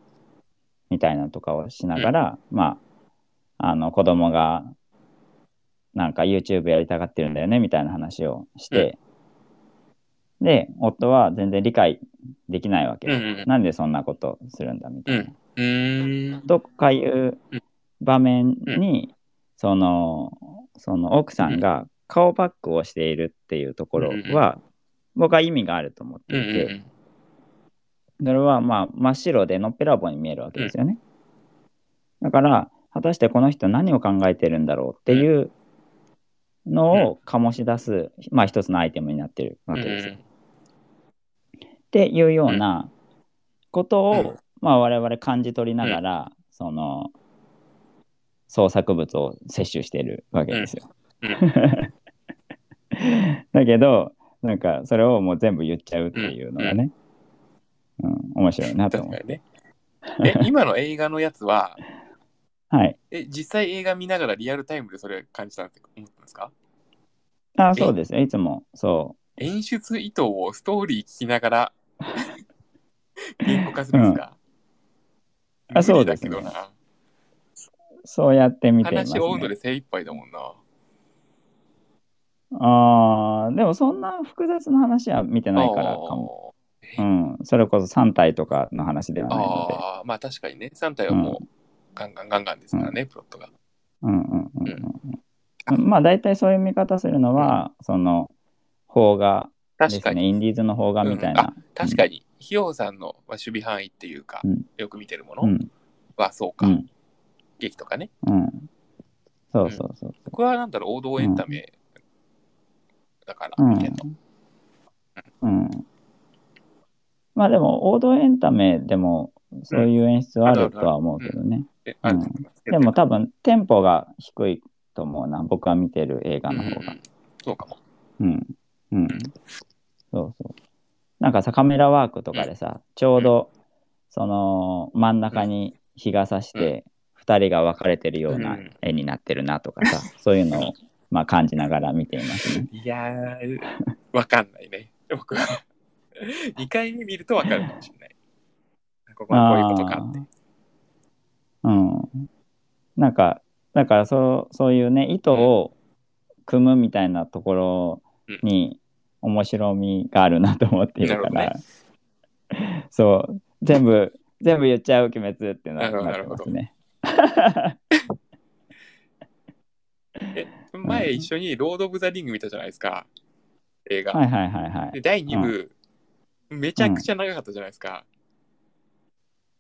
Speaker 1: みたいなのとかをしながら、まあ、あの、子供が、なんか YouTube やりたがってるんだよね、みたいな話をして、で、夫は全然理解できないわけ
Speaker 2: う
Speaker 1: よ。
Speaker 2: んうん
Speaker 1: なんでそんなことするんだみたいな。
Speaker 2: うんうーん。
Speaker 1: とかいう
Speaker 2: うん
Speaker 1: 場面に、そのその奥さんが顔パックをしているっていうところは、僕は意味があると思って
Speaker 2: うんう
Speaker 1: いて、
Speaker 2: ん
Speaker 1: それはまあ真っ白でのっぺらぼうに見えるわけですよね。だから果たしてこの人何を考えてるんだろうっていうのを醸し出す、まあ一つのアイテムになってるわ
Speaker 2: うん。
Speaker 1: け
Speaker 2: うん
Speaker 1: ですよ。
Speaker 2: うん
Speaker 1: っていうようなことを、
Speaker 2: うん
Speaker 1: まあ、我々感じ取りながら、その創作物を摂取してるわけですよ。
Speaker 2: う んう
Speaker 1: だけどなんかそれをもう全部言っちゃうっていうのがね、うん、面白いなと
Speaker 2: 確
Speaker 1: 思
Speaker 2: か
Speaker 1: う。
Speaker 2: にね。え、今の映画のやつは、
Speaker 1: はい。
Speaker 2: え、実際映画見ながらリアルタイムでそれ感じたって思ったんですか
Speaker 1: あ、そうですね。いつも、そ
Speaker 2: 演出意図をストーリー聞きながら 言語化するんですか、
Speaker 1: うんあそうですね
Speaker 2: 無理だけどな
Speaker 1: う、そうやって見ています、ね。
Speaker 2: 話を追うので精一杯だもんな。
Speaker 1: ああ、でもそんな複雑な話は見てないからかも。うん。それこそ3体とかの話では
Speaker 2: あー
Speaker 1: ないので。
Speaker 2: あー、まあ確かにね、3体はもうガンガンガンガンですからね、プロットが。
Speaker 1: うんうんうんうんうん。まあ大体そういう見方するのは、その、邦画で
Speaker 2: 確
Speaker 1: す
Speaker 2: か
Speaker 1: ね。
Speaker 2: に、
Speaker 1: インディーズの邦画みたいな。
Speaker 2: 確かに、ヒヨウさんのまあ守備範囲っていうか、
Speaker 1: うん
Speaker 2: よく見てるも
Speaker 1: う
Speaker 2: の
Speaker 1: ん。
Speaker 2: はそう
Speaker 1: う
Speaker 2: か、
Speaker 1: ん。
Speaker 2: 劇とかね。
Speaker 1: うん。そうそうそうそう。
Speaker 2: これはなんだろう、王道エンタメだから、
Speaker 1: うん
Speaker 2: 見てんの
Speaker 1: うん。まあでも、王道エンタメでも、そういう演出はあるとは思うけどね。
Speaker 2: えあると思いますけど
Speaker 1: でも多分、テンポが低いと思うな。僕は見てる映画の方
Speaker 2: うんう
Speaker 1: が。
Speaker 2: んそうかも。
Speaker 1: うん。うん。そうそう。なんかさ、カメラワークとかでさ、ちょうど、その、真ん中に日が差して、二人が分かれてるよう
Speaker 2: う
Speaker 1: なん絵になってるなとかさ、そういうのを、まあ感じながら見ていますね。
Speaker 2: いやー、わかんないね、僕は。2回目見るとわかるかもしれない。ここはこういうことかって。
Speaker 1: あーうん。なんか、だからそう、そういうね、糸を組むみたいなところに面白みがあるなと思っているか
Speaker 2: なる
Speaker 1: ら、そう、全部、全部言っちゃう、鬼滅ってな
Speaker 2: なるほど
Speaker 1: なってますね。
Speaker 2: 前一緒にロード・オブ・ザ・リング見たじゃないですか、映画。
Speaker 1: はいはいはいはい。
Speaker 2: で、第2部、めちゃくちゃ長かったじゃないですか。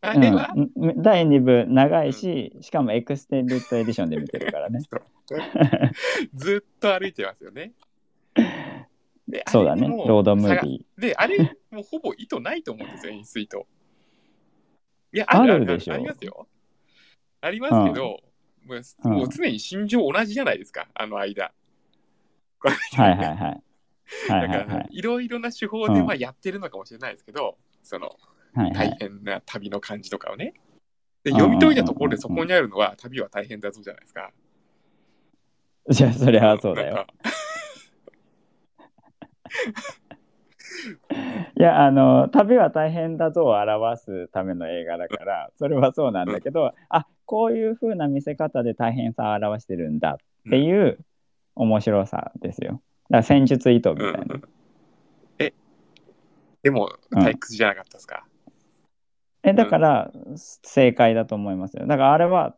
Speaker 2: あ
Speaker 1: うん
Speaker 2: れは、。
Speaker 1: ん第2部長いし、しかもエクステンデッドエディションで見てるからね
Speaker 2: ずっと歩いてますよね。で
Speaker 1: そうだね、ロードムービー。
Speaker 2: ー。で、あれ、もうほぼ意図ないと思うんですよ、演出意図。いや、
Speaker 1: ある
Speaker 2: ある
Speaker 1: でしょ
Speaker 2: ありますよ。ありますけど、もう
Speaker 1: うん
Speaker 2: もう常に心情同じじゃないですか、あの間。
Speaker 1: はいはいはい。はい
Speaker 2: だか
Speaker 1: はいは
Speaker 2: ら
Speaker 1: い、。
Speaker 2: いろいろな手法で
Speaker 1: うん
Speaker 2: まあやってるのかもしれないですけど、その
Speaker 1: はいは
Speaker 2: 大
Speaker 1: い、
Speaker 2: 変な旅の感じとかをね。で、
Speaker 1: うんうんうんう
Speaker 2: 読
Speaker 1: ん
Speaker 2: み解いたところでそこにあるのは、旅は大変だぞじゃないですか。
Speaker 1: じゃあ、それはそうだよ
Speaker 2: なん。か。
Speaker 1: いやあの旅は大変だぞを表すための映画だからそれはそうなんだけど、あこういう風な見せ方で大変さを表してるんだっていう面白さですよだから戦術意図みた
Speaker 2: う
Speaker 1: いな、
Speaker 2: ん、え、でも
Speaker 1: うん
Speaker 2: 退屈じゃなかったですか、
Speaker 1: えだから正解だと思いますよだからあれは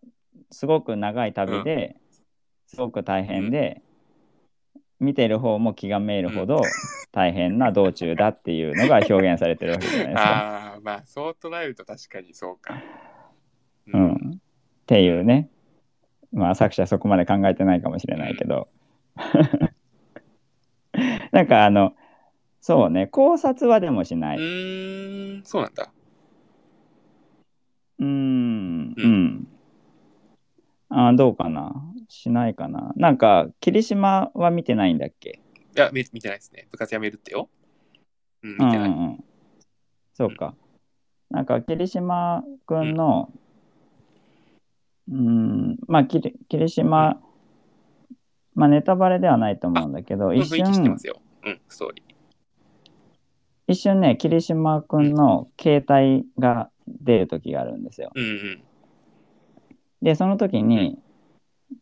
Speaker 1: すごく長い旅で、すごく大変で、見てる方も気がめいるほど大変な道中だっていうのが表現されてるわけじゃないです か。
Speaker 2: ああ、まあそう捉えると確かにそうか。
Speaker 1: う。ん、っていうねまあ作者はそこまで考えてないかもしれないけど なんかあのそうね考察はでもしな
Speaker 2: う
Speaker 1: い
Speaker 2: ーん、そうなんだ。
Speaker 1: うーん
Speaker 2: う
Speaker 1: うんんあどうかなしないかななんか霧島は見てないんだっけ
Speaker 2: いや、見見てないですね。部活やめるってよ。うん、
Speaker 1: う
Speaker 2: 見
Speaker 1: んう
Speaker 2: てない。
Speaker 1: んうんそうかなんか霧島くんのうーんまあ霧霧島まあネタバレではないと思うんだけど
Speaker 2: うん、
Speaker 1: 一
Speaker 2: 雰囲気して
Speaker 1: 瞬
Speaker 2: ますよ。うん、ストーリー。
Speaker 1: 一瞬ね、霧島くんの携帯が出る時があるんですよ。
Speaker 2: うんうん。
Speaker 1: で、その時に、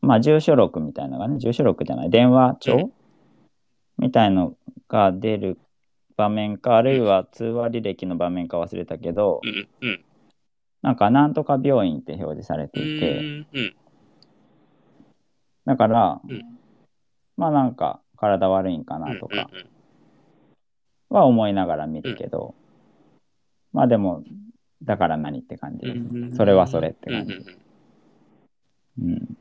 Speaker 1: まあ、住所録みたいなのがね、住所録じゃない、電話帳、
Speaker 2: うん
Speaker 1: みたいのが出る場面か、あるいは通話履歴の場面か忘れたけど、
Speaker 2: うんうん。
Speaker 1: なんか、なんとか病院って表示され
Speaker 2: う
Speaker 1: ていて、
Speaker 2: ん。うん。
Speaker 1: だから、
Speaker 2: うん
Speaker 1: まあ、なんか、体悪いんかなとか、
Speaker 2: うんうん
Speaker 1: は思いながら見るけど、まあ、でも、だから何って感じですね、
Speaker 2: うん
Speaker 1: それはそれって
Speaker 2: うんう
Speaker 1: 感
Speaker 2: ん
Speaker 1: じ。
Speaker 2: うん
Speaker 1: うん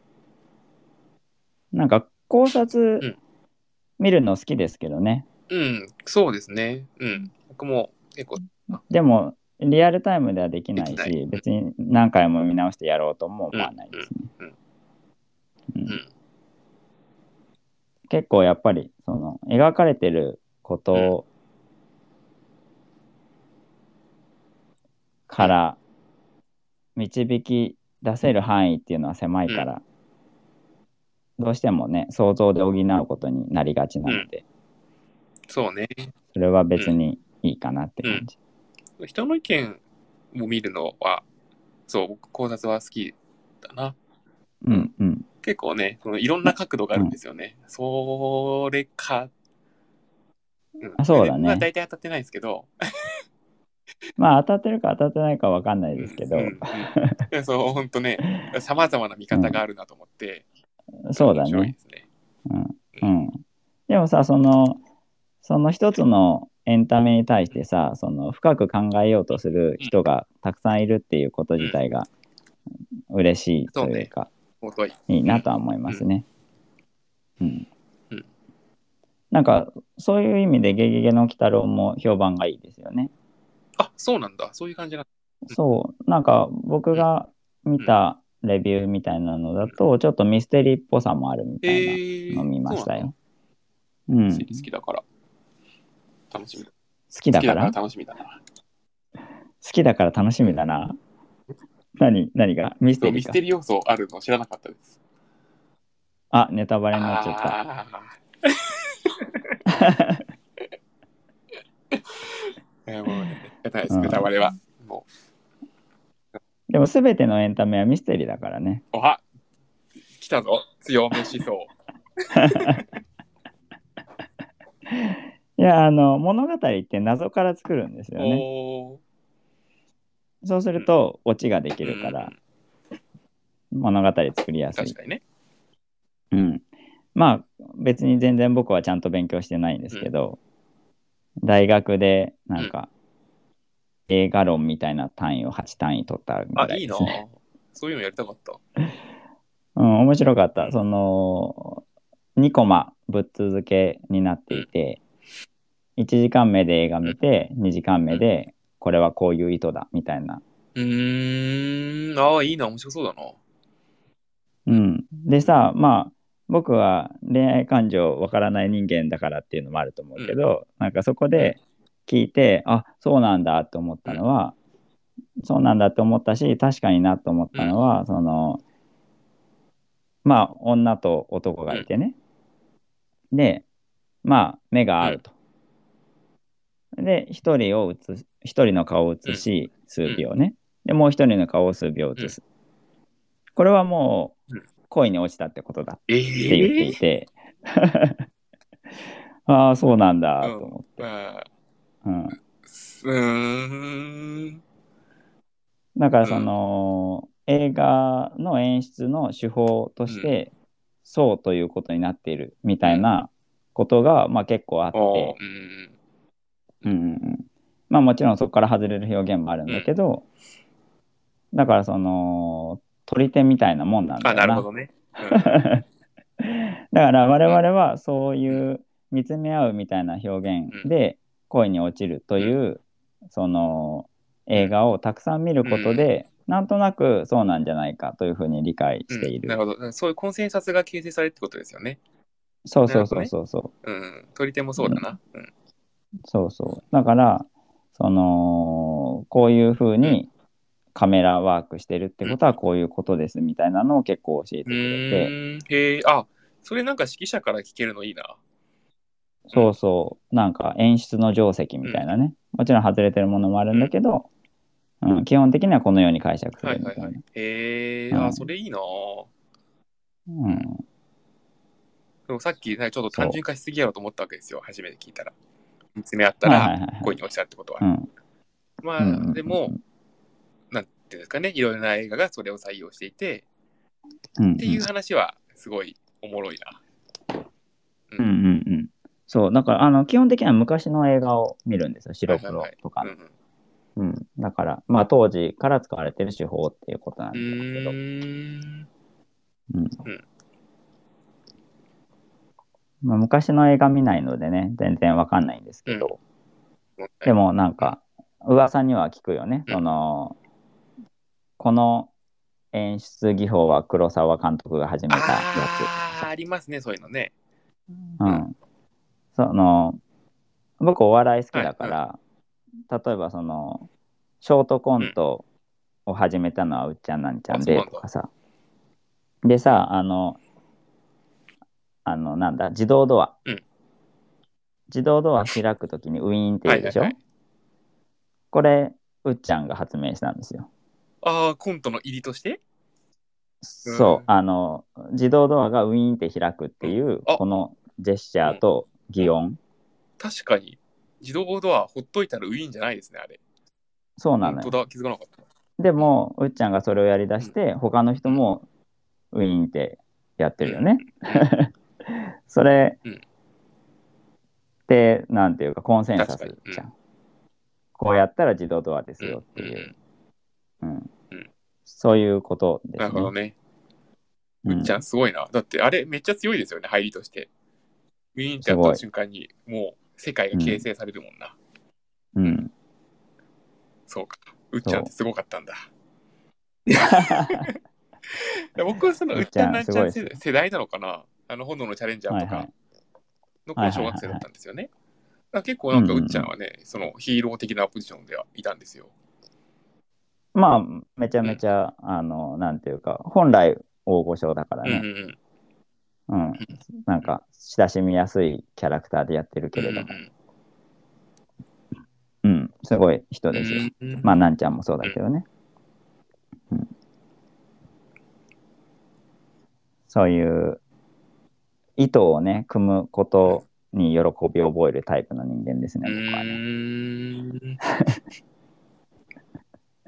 Speaker 1: なんか考察
Speaker 2: うん
Speaker 1: 見るの好きですけどね。
Speaker 2: うん、そうですね。うん。僕も結構、
Speaker 1: でも、リアルタイムではできないし、
Speaker 2: できないうん
Speaker 1: 別に何回も見直してやろうとも思わないですね。
Speaker 2: うん
Speaker 1: うん結構やっぱり、その、描かれてることから導き出せる範囲っていうのは狭いから、どうしてもね、想像で補うことになりがちなので、
Speaker 2: そうね。
Speaker 1: それは別にいいかなって感じ。
Speaker 2: 人の意見を見るのは、そう、僕考察は好きだな。
Speaker 1: うんうん。
Speaker 2: 結構ね、そのいろんな角度があるんですよね。それか、うん
Speaker 1: あそうだね
Speaker 2: まあ大体当たってないですけど。
Speaker 1: まあ当たってるか当たってないかわかんないですけど、
Speaker 2: うんうんうんそう、本当ね、さまざまな見方があるなと思って、
Speaker 1: そうだ
Speaker 2: 面白い
Speaker 1: ね
Speaker 2: で。すね。
Speaker 1: うん。でもさ、その、その一つのエンタメに対してさ、その深く考えようとする人がたくさんいるっていうこと自体が嬉しいというか、
Speaker 2: 本当に
Speaker 1: いいなとは思いますね。うん
Speaker 2: うん。
Speaker 1: なんか、そういう意味でゲゲゲの鬼太郎も評判がいいですよね。
Speaker 2: あ、そうなんだ。そういう感じなんだ。
Speaker 1: そう、なんか僕が見たレビューみたいなのだと、ちょっとミステリーっぽさもあるみた
Speaker 2: え
Speaker 1: い
Speaker 2: ー、
Speaker 1: なの見ましたよ。う
Speaker 2: そうんなんだ。。好きだから。楽しみだ。好
Speaker 1: 好きだ
Speaker 2: き
Speaker 1: か
Speaker 2: だから
Speaker 1: ら
Speaker 2: 楽しみだな。
Speaker 1: 好きだから楽しみだな。何何がミス
Speaker 2: そ
Speaker 1: テ
Speaker 2: う、
Speaker 1: リ
Speaker 2: ミ
Speaker 1: ー
Speaker 2: ス
Speaker 1: か
Speaker 2: テ。リー要素あるの知らなかったです。
Speaker 1: あ、ネタバレになっちゃった。
Speaker 2: あ あー。えーもうね、やないです、
Speaker 1: うん
Speaker 2: ネタバレは。も
Speaker 1: でも全てのエンタメはミステリーだからね。
Speaker 2: う、おは来たぞ、強め思想。
Speaker 1: いや、あの、物語って謎から作るんですよね。
Speaker 2: おー
Speaker 1: そうすると、オチができるから、物語作りやす
Speaker 2: 確
Speaker 1: い。
Speaker 2: かにね。
Speaker 1: うん。まあ、別に全然僕はちゃんと勉強してないんですけど、大学で、なんか、映画論みたいな単位を8単位取ったみ
Speaker 2: あ、
Speaker 1: たい
Speaker 2: いい
Speaker 1: で
Speaker 2: な
Speaker 1: すね。。
Speaker 2: そういうのやりたかった。
Speaker 1: うん、面白かった。その、2コマぶっ続けになっていて、1時間目で映画見て、2時間目で、これはこういう意図だ、みたいな。
Speaker 2: うーん、ああ、いいな、面白そうだな。
Speaker 1: うん。でさ、まあ、僕は恋愛感情わからない人間だからっていうのもあると思うけど、なんかそこで聞いて、あ、そうなんだと思ったのは、そうなんだと思ったし、確かになと思ったのは、その、まあ、女と男がいてね。で、まあ、目が合うと。で、一人を映す、一人の顔を映し、数秒ね。で、もう一人の顔を数秒映す。これはもう
Speaker 2: うん、
Speaker 1: 恋に落ちたってことだっ
Speaker 2: ええ
Speaker 1: て言っていて。 ああ、そうなんだ、と思って。
Speaker 2: あ
Speaker 1: うん。
Speaker 2: ーうーん。
Speaker 1: だからその、映画の演出の手法として、そうということになっているみたいなことが、まあ結構あって、
Speaker 2: おーうん。
Speaker 1: うんうんうん、まあもちろんそこから外れる表現もあるんだけど、だからその取り手みたいなもんなんだ
Speaker 2: あ、
Speaker 1: よな
Speaker 2: なるほどね。うん
Speaker 1: だから我々はそういう見つめ合うみたいな表現で恋に落ちるという、その映画をたくさん見ることで、なんとなくそうなんじゃないかというふうに理解してい
Speaker 2: うん
Speaker 1: る、
Speaker 2: なるほど。そういうコンセンサスが形成されるってことですよね。
Speaker 1: そうそうそうそうそう、
Speaker 2: うん。取り手もそうだな。うん。
Speaker 1: そうそう。だから、その、こういうふうにカメラワークしてるってことはこういうことですみたいなのを結構教えてく
Speaker 2: う
Speaker 1: れて、
Speaker 2: ーん。へえ、あ、それなんか指揮者から聞けるのいいな。
Speaker 1: そうそう、なんか演出の定石みたいなね。もちろん外れてるものもあるんだけど、うん、基本的にはこのように解釈す
Speaker 2: は
Speaker 1: る
Speaker 2: い
Speaker 1: み
Speaker 2: はい
Speaker 1: たい
Speaker 2: は。。
Speaker 1: ない
Speaker 2: へえ、
Speaker 1: う
Speaker 2: あ、
Speaker 1: ん
Speaker 2: それいいな。
Speaker 1: うん
Speaker 2: でもさっき、ね、ちょっと単純化しすぎやろと思ったわけですよ。初めて聞いたら。見つめ合った
Speaker 1: はいはい
Speaker 2: ら
Speaker 1: はいはい
Speaker 2: 恋に落ちたってことは
Speaker 1: う。ん
Speaker 2: ま
Speaker 1: うんうんう
Speaker 2: あ、
Speaker 1: ん
Speaker 2: でも、なんていうんですかね、いろいろな映画がそれを採用していて、
Speaker 1: うんうん
Speaker 2: っていう話はすごいおもろいな。
Speaker 1: うんうんうんそう、だから、あの、基本的には昔の映画を見るんですよ。白
Speaker 2: はい
Speaker 1: 黒
Speaker 2: はいはい
Speaker 1: とか
Speaker 2: う
Speaker 1: の。
Speaker 2: ん
Speaker 1: うん。だから、まあ当時から使われてる手法っていうことなん
Speaker 2: う
Speaker 1: ですけど。
Speaker 2: ーん。
Speaker 1: うん
Speaker 2: ん
Speaker 1: まあ、昔の映画見ないのでね全然わかんないんですけど、でもなんか噂には聞くよね、
Speaker 2: うん
Speaker 1: そのこの演出技法は黒沢監督が始めたや
Speaker 2: ああ、ありますね、そういうのね。
Speaker 1: つ、うん、その僕お笑い好きだから、例えばそのショートコントを始めたのはうっちゃんなんちゃんで
Speaker 2: あそうなんだ
Speaker 1: とかさ。でさ、あの、あの、なんだ、自動ドア。
Speaker 2: うん
Speaker 1: 自動ドア開くときにウィーンって言うでしょ、
Speaker 2: はいはい
Speaker 1: これ、うっちゃんが発明したんですよ。
Speaker 2: ああ、コントの入りとして、
Speaker 1: そううんあの、自動ドアがウィーンって開くっていう、
Speaker 2: あ
Speaker 1: このジェスチャーと擬音。
Speaker 2: 確かに、自動ドアほっといたらウィーンじゃないですね、あれ。
Speaker 1: そうな
Speaker 2: 本
Speaker 1: のよ
Speaker 2: 当。だ、気づかなかった。
Speaker 1: でも、うっちゃんがそれをやりだして、他の人もウィーンってやってるよね。 それ
Speaker 2: うん
Speaker 1: って、なんていうか、コンセンサスじ
Speaker 2: 確か
Speaker 1: ゃ
Speaker 2: に
Speaker 1: ん。こうやったら自動ドアですよって
Speaker 2: うんう
Speaker 1: い
Speaker 2: ん
Speaker 1: うう、
Speaker 2: ん
Speaker 1: うん
Speaker 2: うん
Speaker 1: そういうことで
Speaker 2: な
Speaker 1: す
Speaker 2: る
Speaker 1: ね
Speaker 2: ほ。どね。
Speaker 1: う
Speaker 2: うんっちゃんすごいな。だってあれめっちゃ強いですよね、入りとして。ウィーンってやった瞬間にもう世界が形成されるもんな。
Speaker 1: うん、
Speaker 2: そうか。うっちゃんってすごかったんだ。 僕はそのうっちゃんなんちゃ
Speaker 1: うっちゃん
Speaker 2: ん
Speaker 1: すごい
Speaker 2: 世
Speaker 1: です
Speaker 2: 世代なのかな。あの、炎のチャレンジャーとかの
Speaker 1: はいはい
Speaker 2: 頃小学生だったんですよね。だから結構なんかうっちゃんはね、そのヒーロー的なポジションではいたんですよ。
Speaker 1: まあ、めちゃめちゃ、あの、なんていうか、本来大御所だから
Speaker 2: うんうん
Speaker 1: ね、
Speaker 2: う
Speaker 1: う
Speaker 2: ん。
Speaker 1: ん、なんか、親しみやすいキャラクターでやってるけれども、うん、すごい人ですよ。
Speaker 2: うんうん
Speaker 1: まあ、なんちゃんもそうだけどね。うんそういう意図をね、組むことに喜びを覚えるタイプの人間ですね、
Speaker 2: う
Speaker 1: 僕はね。
Speaker 2: ー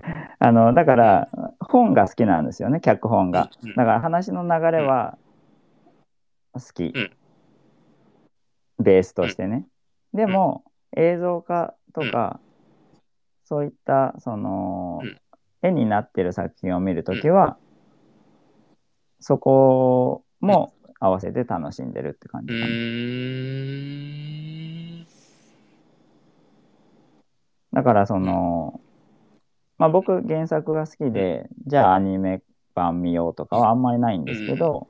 Speaker 2: ん。
Speaker 1: あの、だから、本が好きなんですよね、脚本が。
Speaker 2: うん
Speaker 1: だから話の流れは好き、
Speaker 2: うん
Speaker 1: ベースとしてね、でも映像化とか、そういったその、
Speaker 2: うん
Speaker 1: 絵になってる作品を見るときは、そこも合わせて楽しんでるって感
Speaker 2: う
Speaker 1: じかな、
Speaker 2: ーん。
Speaker 1: だからその、まあ僕原作が好きでじゃあアニメ版見ようとかはあんまりないんですけど、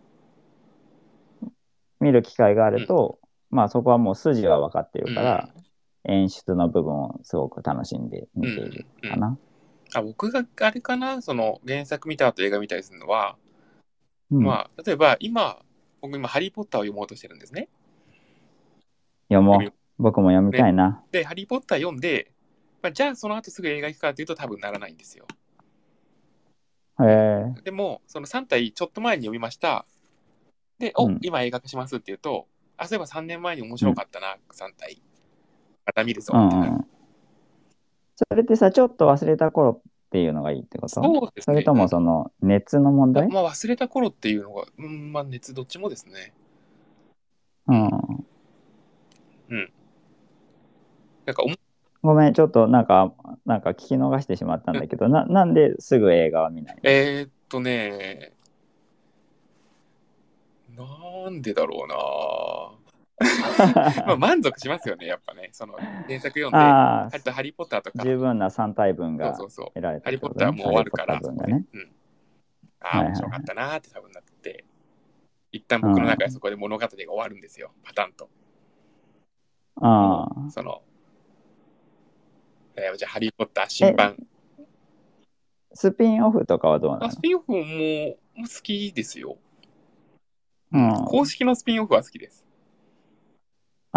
Speaker 1: 見る機会があると、まあそこはもう筋は分かってるから、演出の部分をすごく楽しんで見ているかな。
Speaker 2: あ僕があれかな、その原作見た後映画見たりするのは、
Speaker 1: うん
Speaker 2: まあ、例えば今、僕今、ハリー・ポッターを読もうとしてるんですね。
Speaker 1: 読も
Speaker 2: 読
Speaker 1: う僕も読みたいな。
Speaker 2: で、ハリー・ポッター読んで、まあ、じゃあその後すぐ映画行くかっていうと多分ならないんですよ。
Speaker 1: へえ
Speaker 2: でも、その3体ちょっと前に読みました。で、お、
Speaker 1: うん
Speaker 2: 今映画化しますっていうと、あ、そういえば3年前に面白かったな、3体。また見るぞ
Speaker 1: うんう
Speaker 2: ってなる。
Speaker 1: ん。それってさちょっと忘れた頃っていうのがいいってこと
Speaker 2: そうです
Speaker 1: そ
Speaker 2: ね。
Speaker 1: れともその熱の問題
Speaker 2: まあ忘れた頃っていうのが、うん、まあ熱どっちもですね。
Speaker 1: うん。
Speaker 2: なんかおも、
Speaker 1: ごめん、ちょっとなんか、なんか聞き逃してしまったんだけど、ななんですぐ映画は見ない
Speaker 2: えー、っとね、なんで だろうな。まあ満足しますよね、やっぱね。その原作読んで、あ
Speaker 1: あ
Speaker 2: とハリー・ポッターと
Speaker 1: あ、
Speaker 2: か。
Speaker 1: 十分な3体分
Speaker 2: そう
Speaker 1: が
Speaker 2: そうそう。
Speaker 1: 得られた
Speaker 2: ハ
Speaker 1: っ
Speaker 2: リー・
Speaker 1: て
Speaker 2: ポ
Speaker 1: こ
Speaker 2: ッ
Speaker 1: とね、
Speaker 2: ターもう終わるから、
Speaker 1: ハリーポッター分が
Speaker 2: そこで
Speaker 1: ね。
Speaker 2: うん、ああ、
Speaker 1: はいはい
Speaker 2: 面白かったなーって多分なって、一旦僕の中でそこで物語が終わるんですよ、パタンと。
Speaker 1: あ
Speaker 2: その、えーじゃあ、ハリー・ポッター新版。
Speaker 1: あ、スピンオフとかはどうな
Speaker 2: あスピンオフももう好きですよ、
Speaker 1: の、うん、
Speaker 2: 公式のスピンオフは好きです。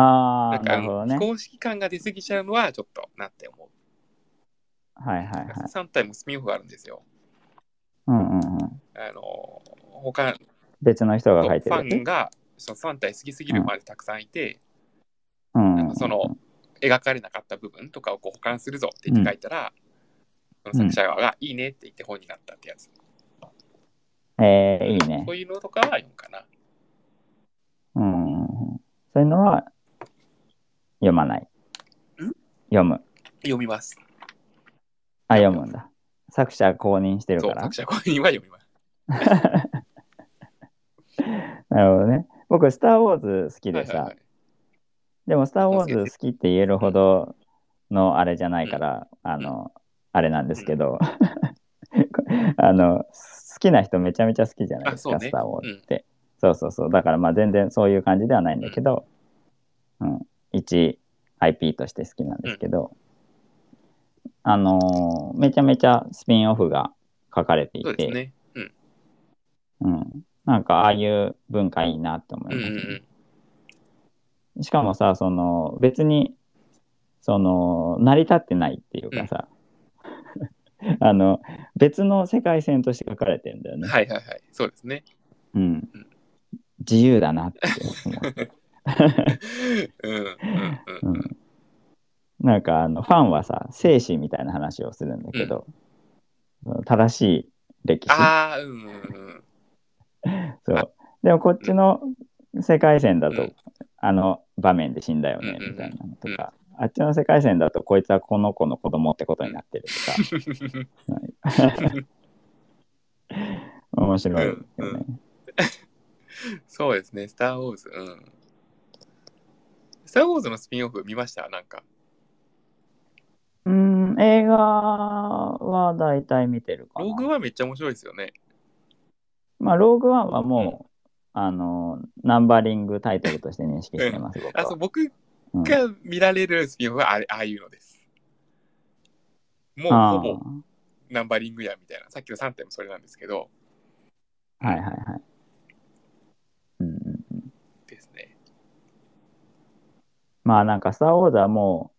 Speaker 1: ああ、
Speaker 2: なんか
Speaker 1: な
Speaker 2: あ
Speaker 1: るほど
Speaker 2: の、
Speaker 1: ね。
Speaker 2: 非公式感が出過ぎちゃうのはちょっとなって思う。
Speaker 1: はいはいはい。
Speaker 2: 3体もスピンオフがあるんですよ。
Speaker 1: うんうんうん、
Speaker 2: あの、他
Speaker 1: 別の人が
Speaker 2: のフ
Speaker 1: 書いてるや
Speaker 2: ァン
Speaker 1: つ。
Speaker 2: がその3体好きすぎるファンでたくさんいて、
Speaker 1: うんうん
Speaker 2: なんかその描かれなかった部分とかをこう保管するぞって言って書いたら、その作者側がいいねって言って本になったってやつ。
Speaker 1: うん、えー、いいね
Speaker 2: そ。ういうのとかは読むかな。
Speaker 1: うんうんうん、そういうのは読まない。読む。
Speaker 2: 読みます。
Speaker 1: あ、読むんだ。作者公認してる
Speaker 2: そ
Speaker 1: か
Speaker 2: う、
Speaker 1: ら
Speaker 2: 作。者公認は読みます。
Speaker 1: なるほどね。僕、スター・ウォーズ好き
Speaker 2: はい
Speaker 1: でさ、
Speaker 2: はいはい。
Speaker 1: でも、スター・ウォーズ好きって言えるほどのあれじゃないから、あの、あれなんですけど、 あの、好きな人めちゃめちゃ好きじゃないですか、
Speaker 2: あそうね
Speaker 1: スター・ウォーズって。そうそうそう。だから、まあ、全然そういう感じではないんだけど、うん、一 IP として好きなんですけど、あのーめちゃめちゃスピンオフが書かれてい
Speaker 2: そう
Speaker 1: て、
Speaker 2: ですね。うん。
Speaker 1: うん、なんかああいう文化いいなって思
Speaker 2: う
Speaker 1: い
Speaker 2: んう
Speaker 1: ます、
Speaker 2: ん
Speaker 1: しかもさその別にその成り立ってないっていうかさ、 あの別の世界線として書かれてるんだよ
Speaker 2: うん。
Speaker 1: ね、
Speaker 2: はいはいはい。そうです ね。
Speaker 1: うん
Speaker 2: うん、
Speaker 1: 自由だ なって思う
Speaker 2: うんうんうんうん。
Speaker 1: なんかあのファンはさ生死みたいな話をするんだけど、その正しい歴史
Speaker 2: ああ、うんうんうん。
Speaker 1: そうでもこっちの世界線だと、
Speaker 2: うん
Speaker 1: あの場面で死んだよ
Speaker 2: うん
Speaker 1: ね
Speaker 2: うんうん
Speaker 1: みたいなのとか、あっちの世界線だとこいつはこの子の子供ってことになってる とか面白いよね、
Speaker 2: うんうそうですね、スター・ウォーズ。うん。スター・ウォーズのスピンオフ見ましたなんか。
Speaker 1: うん、映画は大体見てるかな。
Speaker 2: ローグはめっちゃ面白いですよね。
Speaker 1: まあ、ローグワンはもう、あの、ナンバリングタイトルとして認識してます、僕
Speaker 2: あそう
Speaker 1: は。
Speaker 2: 僕
Speaker 1: うん
Speaker 2: が見られるスピンオフはあれああいうのです。もう
Speaker 1: あ
Speaker 2: ほ
Speaker 1: あ、
Speaker 2: ぼナンバリングやみたいな。さっきの3点もそれなんですけど。
Speaker 1: はいはいはい。うんうんうん、
Speaker 2: ですね。
Speaker 1: まあなんか、スター・ウォーズはも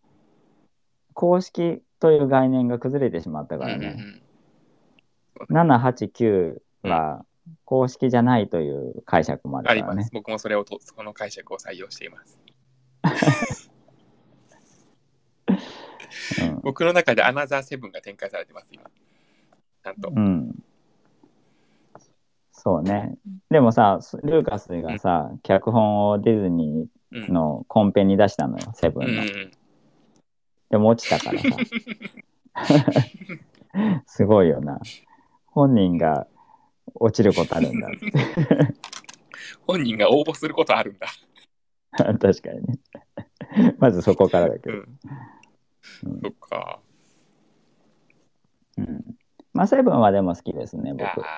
Speaker 1: う、公式という概念が崩れてしまった
Speaker 2: う
Speaker 1: か
Speaker 2: んう
Speaker 1: ら
Speaker 2: んう
Speaker 1: ね。
Speaker 2: ん
Speaker 1: 7、8、9は公式じゃないという解釈もある
Speaker 2: あ
Speaker 1: か
Speaker 2: り
Speaker 1: ら
Speaker 2: ま
Speaker 1: ね
Speaker 2: す。。僕もそれをと、その解釈を採用しています。
Speaker 1: うん
Speaker 2: 僕の中でアナザーセブンが展開されてます、今。ちゃんと。
Speaker 1: うん。そうね。でもさ、スルーカスがさ、脚本をディズニ
Speaker 2: うん。
Speaker 1: ーのコンペに出したのよ、セブ
Speaker 2: うん
Speaker 1: ン
Speaker 2: う
Speaker 1: の。
Speaker 2: ん
Speaker 1: でも落ちたからさ。 すごいよな。本人が落ちることあるんだ。
Speaker 2: 本人が応募することあるんだ。
Speaker 1: 確かにね。まずそこからだけ
Speaker 2: う
Speaker 1: ど。
Speaker 2: ん。
Speaker 1: うん
Speaker 2: そっか。
Speaker 1: うんまあ、セブンはでも好きですね、
Speaker 2: いや
Speaker 1: 僕。
Speaker 2: ー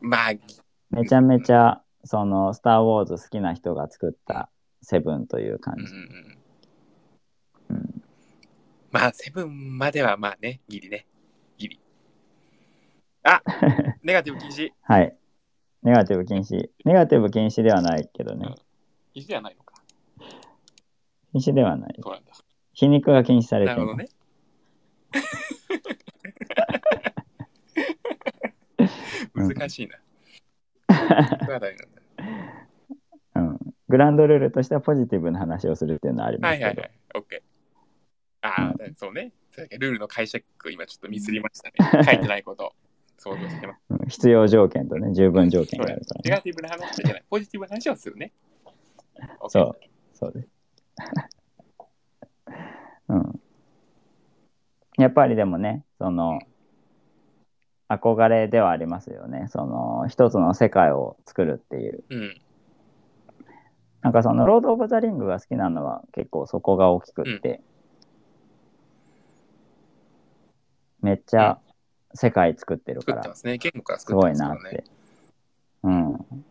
Speaker 2: まあ、
Speaker 1: めちゃめちゃ、その、スター・ウォーズ好きな人が作ったセブンという感
Speaker 2: うんう
Speaker 1: じ。
Speaker 2: ん
Speaker 1: うん
Speaker 2: まあ、セブンまではまあね、ギリね。ギリ。 あネガティブ禁止。
Speaker 1: はい。ネガティブ禁止。ネガティブ禁止ではないけどね。
Speaker 2: 禁止ではないのか。
Speaker 1: 禁止ではない。
Speaker 2: そうなんだ。
Speaker 1: 皮肉が禁止され
Speaker 2: な
Speaker 1: て
Speaker 2: るほ
Speaker 1: ま
Speaker 2: ど
Speaker 1: す。
Speaker 2: ね。
Speaker 1: うん
Speaker 2: 難 しいな。話題なんだ
Speaker 1: うん。グランドルールとしてはポジティブな話をするっていうのはありま
Speaker 2: は
Speaker 1: す
Speaker 2: い
Speaker 1: けど。
Speaker 2: はいはい。オッケー。ああ、
Speaker 1: うん
Speaker 2: だそうね。そうだけどルールの解釈、今ちょっとミスりました ね。書いてないこと。想像してます。
Speaker 1: うん必要条件とね、十分条件があるから
Speaker 2: ネ
Speaker 1: ね。
Speaker 2: ガティブな話じゃない。ポジティブな話をするね。オッケ
Speaker 1: そ
Speaker 2: ー
Speaker 1: う。そうです。 うん。やっぱりでもね、その、憧れではありますよね。その、一つの世界を作るっていう。
Speaker 2: うん。
Speaker 1: なんかその、ロード・オブ・ザ・リングが好きなのは結構そこが大きくって、めっちゃ世界作ってる
Speaker 2: 作
Speaker 1: か
Speaker 2: って
Speaker 1: ら
Speaker 2: ま、すね。言語から
Speaker 1: す
Speaker 2: 作っ
Speaker 1: ご
Speaker 2: て
Speaker 1: い
Speaker 2: ますか
Speaker 1: なっ
Speaker 2: らね。
Speaker 1: て。うん。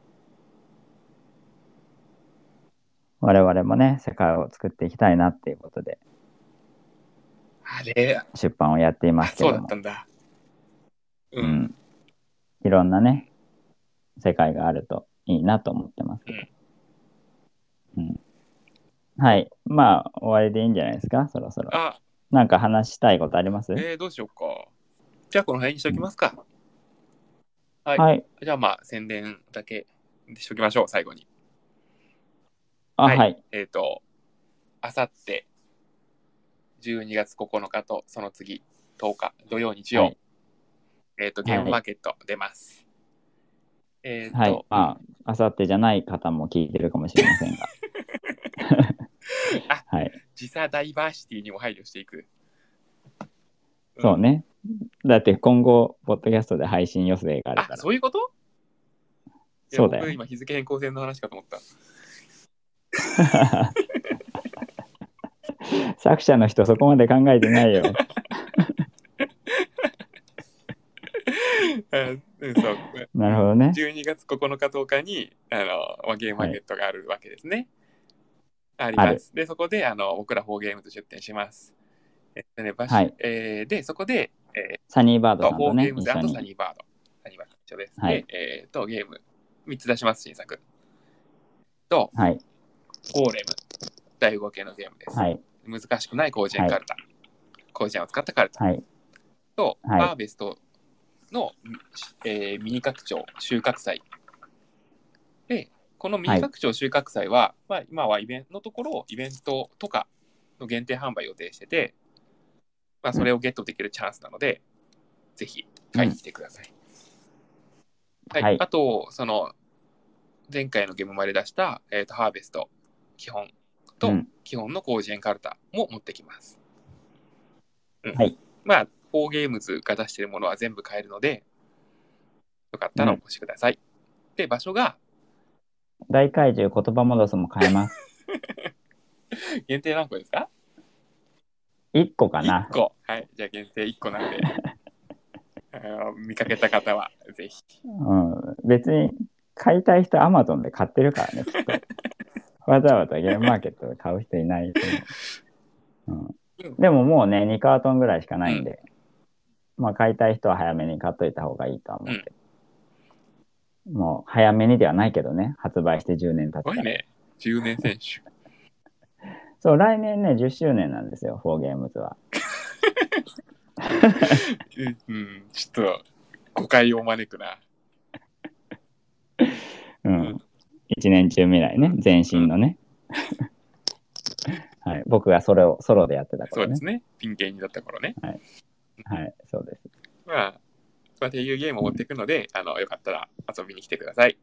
Speaker 1: 我々もね、世界を作っていきたいなっていうことで、
Speaker 2: あれ、
Speaker 1: 出版をやっていますけ
Speaker 2: そう
Speaker 1: ど
Speaker 2: だっ
Speaker 1: も
Speaker 2: た。んだ。う。
Speaker 1: うんん。いろんなね、世界があるといいなと思ってますけど。うん。はい。まあ、終わりでいいんじゃないですか、そろそろ。
Speaker 2: あ、
Speaker 1: なんか話したいことあります
Speaker 2: えー、どうしようか。じゃあ、この辺にしておきますか。はい
Speaker 1: はい。
Speaker 2: じゃあ、まあ、宣伝だけしときましょう、最後に。
Speaker 1: あ、はい。
Speaker 2: えっ、と、あさって、12月9日と、その次、10日、土曜、日曜、
Speaker 1: はい
Speaker 2: えっ、と、ゲームマーケット出ます。えっ、と、
Speaker 1: はい。まあ、あさってじゃない方も聞いてるかもしれませんが
Speaker 2: あ。
Speaker 1: はい。
Speaker 2: 時差ダイバーシティにも配慮していく。
Speaker 1: そうね。だって今後、ポッドキャストで配信予定がある
Speaker 2: あ
Speaker 1: か、ら。
Speaker 2: そういうこといや
Speaker 1: そうだよ
Speaker 2: 僕今、日付変更線の話かと思った。
Speaker 1: 作者の人そこまで考えてないよ。
Speaker 2: あうん、そう。
Speaker 1: なるほどね。
Speaker 2: 12月9日10日にあのまあゲームマーケットがあるわけですね。あり
Speaker 1: あ
Speaker 2: ま
Speaker 1: る
Speaker 2: す。で、そこであの僕ら4ゲームズ出店します。えっとね、場所、
Speaker 1: はい
Speaker 2: えーで、そこで、え
Speaker 1: サニーバー
Speaker 2: ー、
Speaker 1: ド
Speaker 2: と、
Speaker 1: さんと
Speaker 2: ボード
Speaker 1: ね、
Speaker 2: ゲーム
Speaker 1: 一
Speaker 2: ズサ
Speaker 1: 緒
Speaker 2: ニ
Speaker 1: に。
Speaker 2: ーバード。サニーバード一緒です。
Speaker 1: はい
Speaker 2: で、えー、と、ゲーム、3つ出します、新作。と、
Speaker 1: はい、
Speaker 2: ゴーレム、第5系のゲームです。
Speaker 1: はい、
Speaker 2: 難しくない工事園カルタ。工事園を使ったカルタ
Speaker 1: はい、
Speaker 2: と、
Speaker 1: はい
Speaker 2: ハーベストの、えーミニ拡張、収穫祭。で、このミニ拡張、収穫祭は、まあ、今はイベントのところ、イベントとかの限定販売を予定してて、まあ、それをゲットできるチャンスなので、ぜひ買いに来てください。はい、
Speaker 1: はい
Speaker 2: あと、その、前回のゲームまで出した、えー、とハーベスト、基本と、
Speaker 1: うん
Speaker 2: 基本の広辞苑カルタも持ってきます。うん
Speaker 1: はい。
Speaker 2: まあ、4ゲームズが出しているものは全部買えるので、よかったらお越しください。で、場所が
Speaker 1: 大怪獣言葉戻すも変え ます。
Speaker 2: 限定何個ですか
Speaker 1: 1個か
Speaker 2: ?1
Speaker 1: な。
Speaker 2: 個。はい。じゃあ限定1個なんで、 あの見かけた方はぜひ。
Speaker 1: うん、別に買いたい人アマゾンで買ってるからね、きっと。 わざわざゲームマーケットで買う人いないと思う。うん、でももうね、2カートンぐらいしかないんで、まあ買いたい人は早めに買っといた方がいいとは思うけど。もう早めにではないけどね、発売して10年経
Speaker 2: すご
Speaker 1: っ
Speaker 2: い
Speaker 1: た。
Speaker 2: ね。10年選手。
Speaker 1: そう、来年ね、10周年なんですよ、4ゲームズは。
Speaker 2: うん、ちょっと誤解を招くな。
Speaker 1: うん。一年中未来ね、全身のね。はい。僕がそれをソロでやってたか
Speaker 2: そ
Speaker 1: ら
Speaker 2: うで
Speaker 1: ね
Speaker 2: す。ね。ピン芸人だった頃ね。
Speaker 1: はい、そうです。
Speaker 2: まあ、まあ、っていうゲームを持っていくので、あの、よかったら遊びに来てください。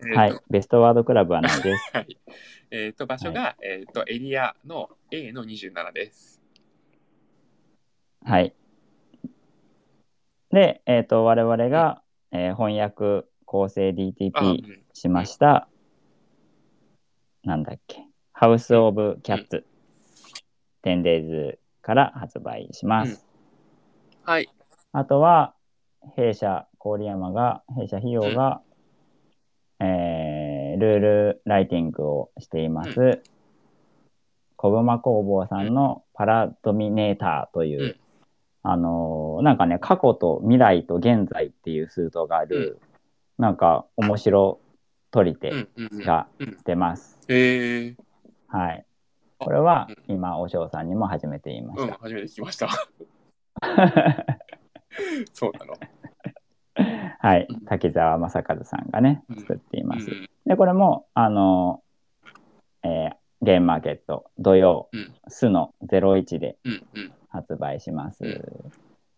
Speaker 2: えーと
Speaker 1: はい。ベストワードクラブはない です。
Speaker 2: はい。えっ、と、場所が、えっ、と、エリアの A の27です。
Speaker 1: はい。で、えっ、と、我々が、えー翻訳構成
Speaker 2: あ、う
Speaker 1: DTP
Speaker 2: ん、
Speaker 1: しました。なんだっけ。ハウス・オブ・キャッツ。10 days から発売します。
Speaker 2: うんはい。
Speaker 1: あとは、弊社、郡山が、弊社費用が、えールールライティングをしています、小熊工房さんのパラドミネーターという、
Speaker 2: うん
Speaker 1: あのーなんかね、過去と未来と現在っていう数とがある、なんか面白取り
Speaker 2: う
Speaker 1: 手
Speaker 2: ん、うん、うん。
Speaker 1: が
Speaker 2: うん。
Speaker 1: 出ます。
Speaker 2: えー、
Speaker 1: はい。これは
Speaker 2: うん
Speaker 1: 今、お嬢さんにも初めて言いま
Speaker 2: うん、
Speaker 1: した。
Speaker 2: 初めて聞きました。そうなの。
Speaker 1: はい
Speaker 2: うん。
Speaker 1: 滝沢正和さんがね
Speaker 2: う、ん
Speaker 1: 作っていうます。
Speaker 2: ん、
Speaker 1: で、これも、あの、えーゲームマーケット土曜、
Speaker 2: うん、
Speaker 1: スの01で
Speaker 2: うん、うん。
Speaker 1: 発売します。
Speaker 2: うん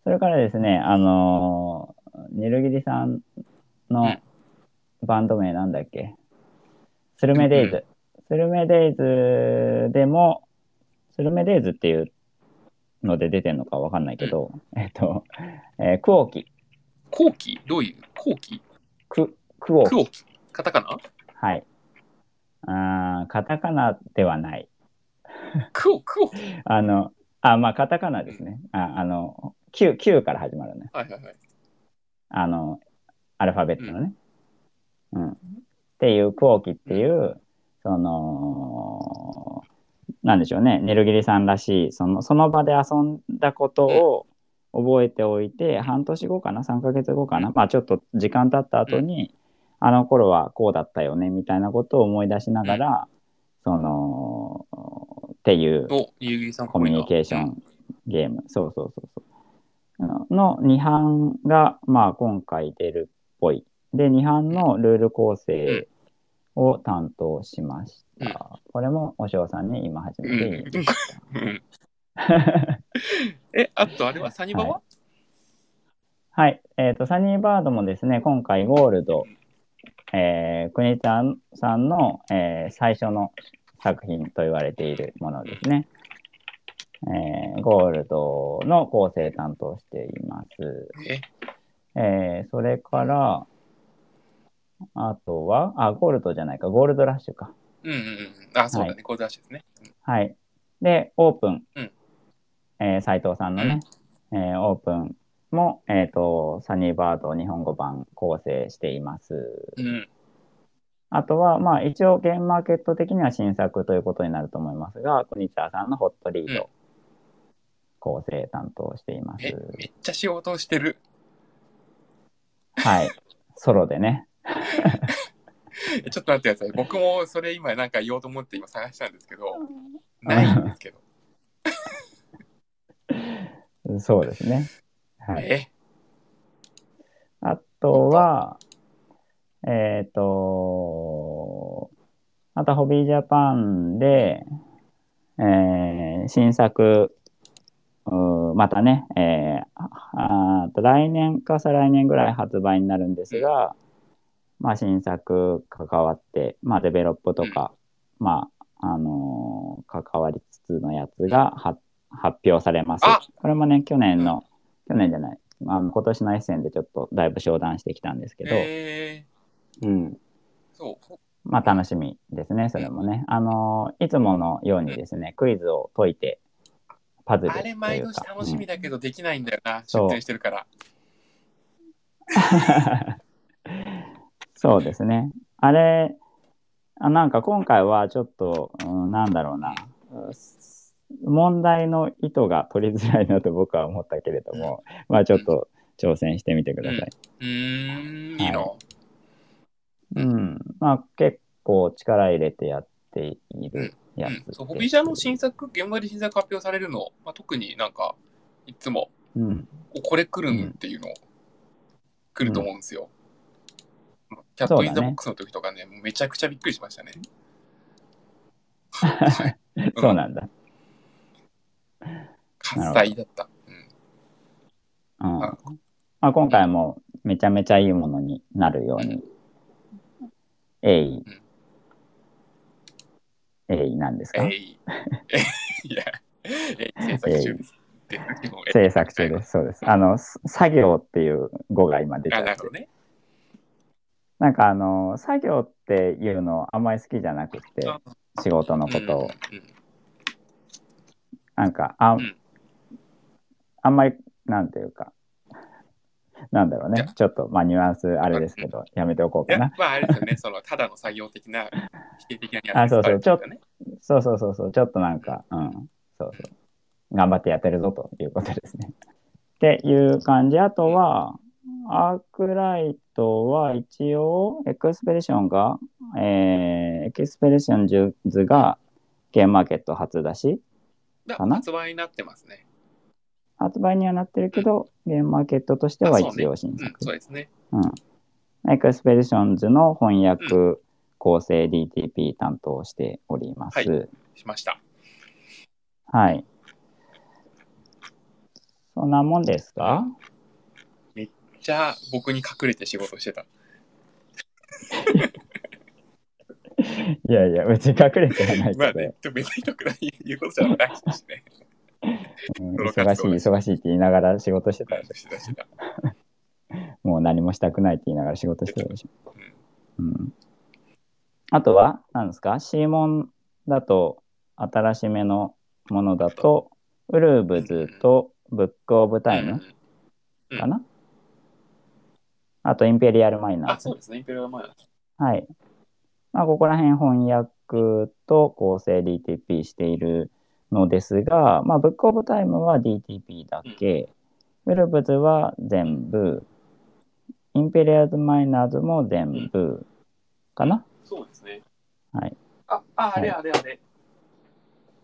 Speaker 1: それからですね、あのーニルギリさん
Speaker 2: う
Speaker 1: の
Speaker 2: ん
Speaker 1: バンド名なんだっけスルメデイズ。スルメデイズでも、スルメデイズっていうので出てるのかわかんないけど、 えっと、えークオキ、
Speaker 2: 後期どういう後期
Speaker 1: ク、クオキ
Speaker 2: ク。オキカタカナ
Speaker 1: はい。あーカタカナではない。
Speaker 2: クオ、クオキ
Speaker 1: あの、あ、まあ、カタカナですね。ああの、Q、Q から始まるね。
Speaker 2: はいはいはい。
Speaker 1: あの、アルファベットのね。うん。っていう、クオキっていう、その、なんでしょうね、ネルギリさんらしい、その、その場で遊んだことを覚えておいて、半年後かな、3ヶ月後かな、まあ、ちょっと時間経った後に、あの頃はこうだったよね、みたいなことを思い出しながら、その、っていう
Speaker 2: お、ゆうぎりさん
Speaker 1: コミュニケーショ。ンゲーム。そうそうそうそう。あのの2版が、まあ、今回出るっぽい。で、2版のルール構成を担当しました。これも、おしょうさんに今初めて言いました。
Speaker 2: うん うんえ、あとあれはサニバは、
Speaker 1: はい。えっ、と、サニーバードもですね、今回ゴールド、えー、国田さんの、えー最初の作品と言われているものですね。えーゴールドの構成担当しています。
Speaker 2: え、
Speaker 1: えーそれから、あとは、あ、ゴールドじゃないか、ゴールドラッシュか。
Speaker 2: うんうんうん。あ、そうだね。
Speaker 1: は
Speaker 2: コードラッシュですね。
Speaker 1: はい。で、オープン、
Speaker 2: うん
Speaker 1: えー斉藤さんのね、えーオープンも、えっ、と、サニーバード日本語版構成しています。
Speaker 2: うん。
Speaker 1: あとは、まあ、一応、ゲームマーケット的には新作ということになると思いますが、国沢さんのホットリード。構成担当しています
Speaker 2: え。、めっちゃ仕事をしてる。
Speaker 1: はい。ソロでね。
Speaker 2: えちょっと待ってください。僕もそれ今なんか言おうと思って今探したんですけど、ないんで すけど。
Speaker 1: そうですね。はい。
Speaker 2: え、
Speaker 1: あとは、えっ、と、またホビージャパンで、えー新作、うーまたね、えーああーと来年か再来年ぐらい発売になるんですが、まあ新作関わって、まあデベロップとか、まあ、あのー関わりつつのやつがは発表されます
Speaker 2: あ。
Speaker 1: これもね、去年の、去年じゃない、まあ、今年のエッセンでちょっとだいぶ商談してきたんですけど、
Speaker 2: え
Speaker 1: うん。
Speaker 2: ー、そう。
Speaker 1: まあ楽しみですね、それもね。あのーいつものようにですね、クイズを解いて、パズルという
Speaker 2: あ
Speaker 1: か。
Speaker 2: れ毎年楽しみだけどできないんだよな、
Speaker 1: そ
Speaker 2: 出
Speaker 1: う
Speaker 2: 店してるから。
Speaker 1: そうですね。あれ、あなんか今回はちょっと、うん、なんだろうな、うん問題の意図が取りづらいなと僕は思ったけれども、まあちょっと挑戦してみてください。
Speaker 2: うーん、いいの。
Speaker 1: うん。まあ結構力入れてやっている
Speaker 2: う
Speaker 1: やつ
Speaker 2: ん
Speaker 1: です、
Speaker 2: そうホビジャの新作、現場で新作発表されるの、まあ、特になんか、いつも、
Speaker 1: うん。
Speaker 2: おこれ来るんっていうの、来ると思うんですよ。キャット・イン・ザ・ボックスの時とかね、もうめちゃくちゃびっくりしまし たね。 はい。
Speaker 1: そうなんだ。
Speaker 2: 喝采だった。うん
Speaker 1: うん。
Speaker 2: あ
Speaker 1: まあ今回もめちゃめちゃいいものになるように、鋭意、鋭意なんですか、
Speaker 2: えい。い や、えい、制作中です。ででもえい
Speaker 1: 制作中です。そうです。あの、す作業っていう語が今出ちゃ
Speaker 2: あ、
Speaker 1: っ
Speaker 2: な
Speaker 1: て
Speaker 2: るほどね。
Speaker 1: なんかあの、作業っていうのあんまり好きじゃなくて、
Speaker 2: あ
Speaker 1: 仕事のことを、
Speaker 2: うんうん
Speaker 1: なんか、あ,、
Speaker 2: うん
Speaker 1: あんまり、なんていうか、なんだろう
Speaker 2: い
Speaker 1: ね
Speaker 2: や。
Speaker 1: ちょっと、まあ、ニュアンスあれですけど、やめておこう
Speaker 2: い
Speaker 1: か
Speaker 2: や
Speaker 1: な。
Speaker 2: まあ、あれですよね、その、ただの作業的な、否定的なや
Speaker 1: あ
Speaker 2: つ
Speaker 1: そうそう
Speaker 2: ちょっとね。
Speaker 1: そうそうそうそう、ちょっとなんか、うん、そうそう。頑張ってやってるぞということですね。っていう感じ。あとは、アークライトは一応、エクスペディションが、えー、エクスペディションジュズが、ゲームマーケット初出し
Speaker 2: だ
Speaker 1: かな
Speaker 2: 発売になってますね。
Speaker 1: 発売にはなってるけど、ゲームマーケットとしては
Speaker 2: あそうね
Speaker 1: 一応新
Speaker 2: うん、
Speaker 1: 作
Speaker 2: そう。ですね。
Speaker 1: エクスペディションズの翻訳構成 DTP 担当しております。
Speaker 2: はしました。
Speaker 1: はい。そんなもんですか
Speaker 2: じゃあ、僕に隠れて仕事してた。
Speaker 1: いやいや、別に隠れてはない
Speaker 2: ま
Speaker 1: け
Speaker 2: あね
Speaker 1: ど、、
Speaker 2: ちょっと別に特段言うことじゃ ないしね。
Speaker 1: うん
Speaker 2: プロ
Speaker 1: 忙
Speaker 2: 活
Speaker 1: しい、
Speaker 2: 動です
Speaker 1: 忙しいって言いながら仕事してたでし
Speaker 2: してたしてた。
Speaker 1: ょ。もう何もしたくないって言いながら仕事してたでしょ。うん、あとは、何ですかシーモンだと、新しめのものだと、ウルーブズとブックオブタイム
Speaker 2: うん
Speaker 1: かな、あと、インペリアルマイナー
Speaker 2: あ、
Speaker 1: ズ
Speaker 2: そうですね、インペリアルマイナーズ。
Speaker 1: はい。まあ、ここら辺翻訳と構成 DTP しているのですが、まあ、ブックオブタイムは DTP だけ、ウェルブズは全部、インペリアルズマイナーズも全部かな、
Speaker 2: そうですね。
Speaker 1: はい。
Speaker 2: あ、ああれ
Speaker 1: は
Speaker 2: あれあれ。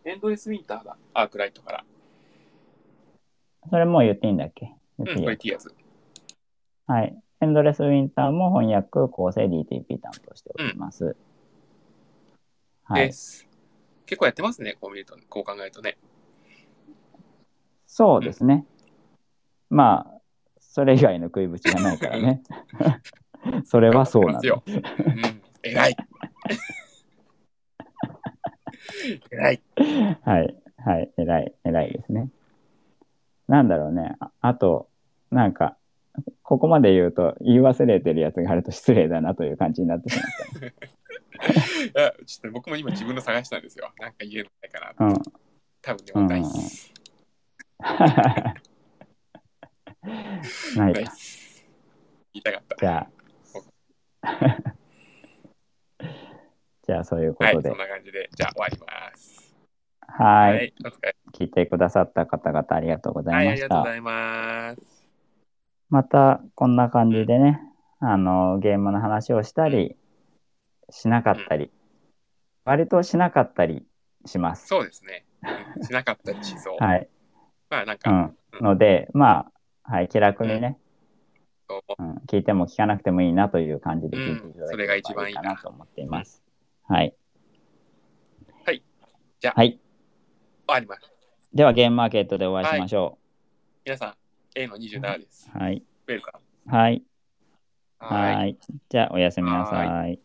Speaker 2: エンドレスウィンターだ。アークライトから。
Speaker 1: それもう言っていいんだっけ
Speaker 2: う
Speaker 1: 言っていい
Speaker 2: ん、これ
Speaker 1: よ
Speaker 2: T やつ。
Speaker 1: はい。エンドレスウィンターも翻訳、構成 DTP 担当しております。はい
Speaker 2: で。す。結構やってますね、こう見ると、こう考えるとね。
Speaker 1: そうですね。まあ、それ以外の食いぶちがないから ね。それはそうなんだ。
Speaker 2: よ。うん、偉 い。偉い。
Speaker 1: はい。はい。偉い、偉いですね。なんだろうね。ああと、なんか、ここまで言うと言い忘れてるやつがあると失礼だなという感じになってし
Speaker 2: いやちょっと僕も今自分の探したんですよ。なんか言えないかな。
Speaker 1: まう。うん。
Speaker 2: 多分でもないっす。
Speaker 1: ない
Speaker 2: ないっ
Speaker 1: か。
Speaker 2: す言いたかった。
Speaker 1: じゃあ。 じゃあ、そういうこ
Speaker 2: はい、
Speaker 1: と
Speaker 2: そん
Speaker 1: で。
Speaker 2: な感じで、じゃあ終わります。
Speaker 1: はい。はい,、
Speaker 2: はい。お疲れ。
Speaker 1: 聞いてくださった方々ありがとうござ
Speaker 2: はいい、あ
Speaker 1: ま
Speaker 2: り
Speaker 1: し
Speaker 2: がと
Speaker 1: た。
Speaker 2: うございます。
Speaker 1: また、こんな感じでね、あの、ゲームの話をしたり、しなかったり、割としなかったりします。
Speaker 2: そうですね。うんしなかったりしそう。
Speaker 1: はい。
Speaker 2: まあなん
Speaker 1: う
Speaker 2: か、
Speaker 1: ん。ので、まあ、はい、気楽にね、
Speaker 2: こう
Speaker 1: うん、聞いても聞かなくてもいいなという感じで聞いていただければ
Speaker 2: うんそれが
Speaker 1: い
Speaker 2: 一番い
Speaker 1: い
Speaker 2: い
Speaker 1: か
Speaker 2: な
Speaker 1: なと思っています。はい。
Speaker 2: はい。じゃあ
Speaker 1: はい。
Speaker 2: あります。
Speaker 1: では、ゲームマーケットでお会いしましょ
Speaker 2: 皆さん、A の27です。
Speaker 1: う。はい。
Speaker 2: ウェルカム。
Speaker 1: はい。
Speaker 2: は。
Speaker 1: はいい。じゃあ、おやすみなさい。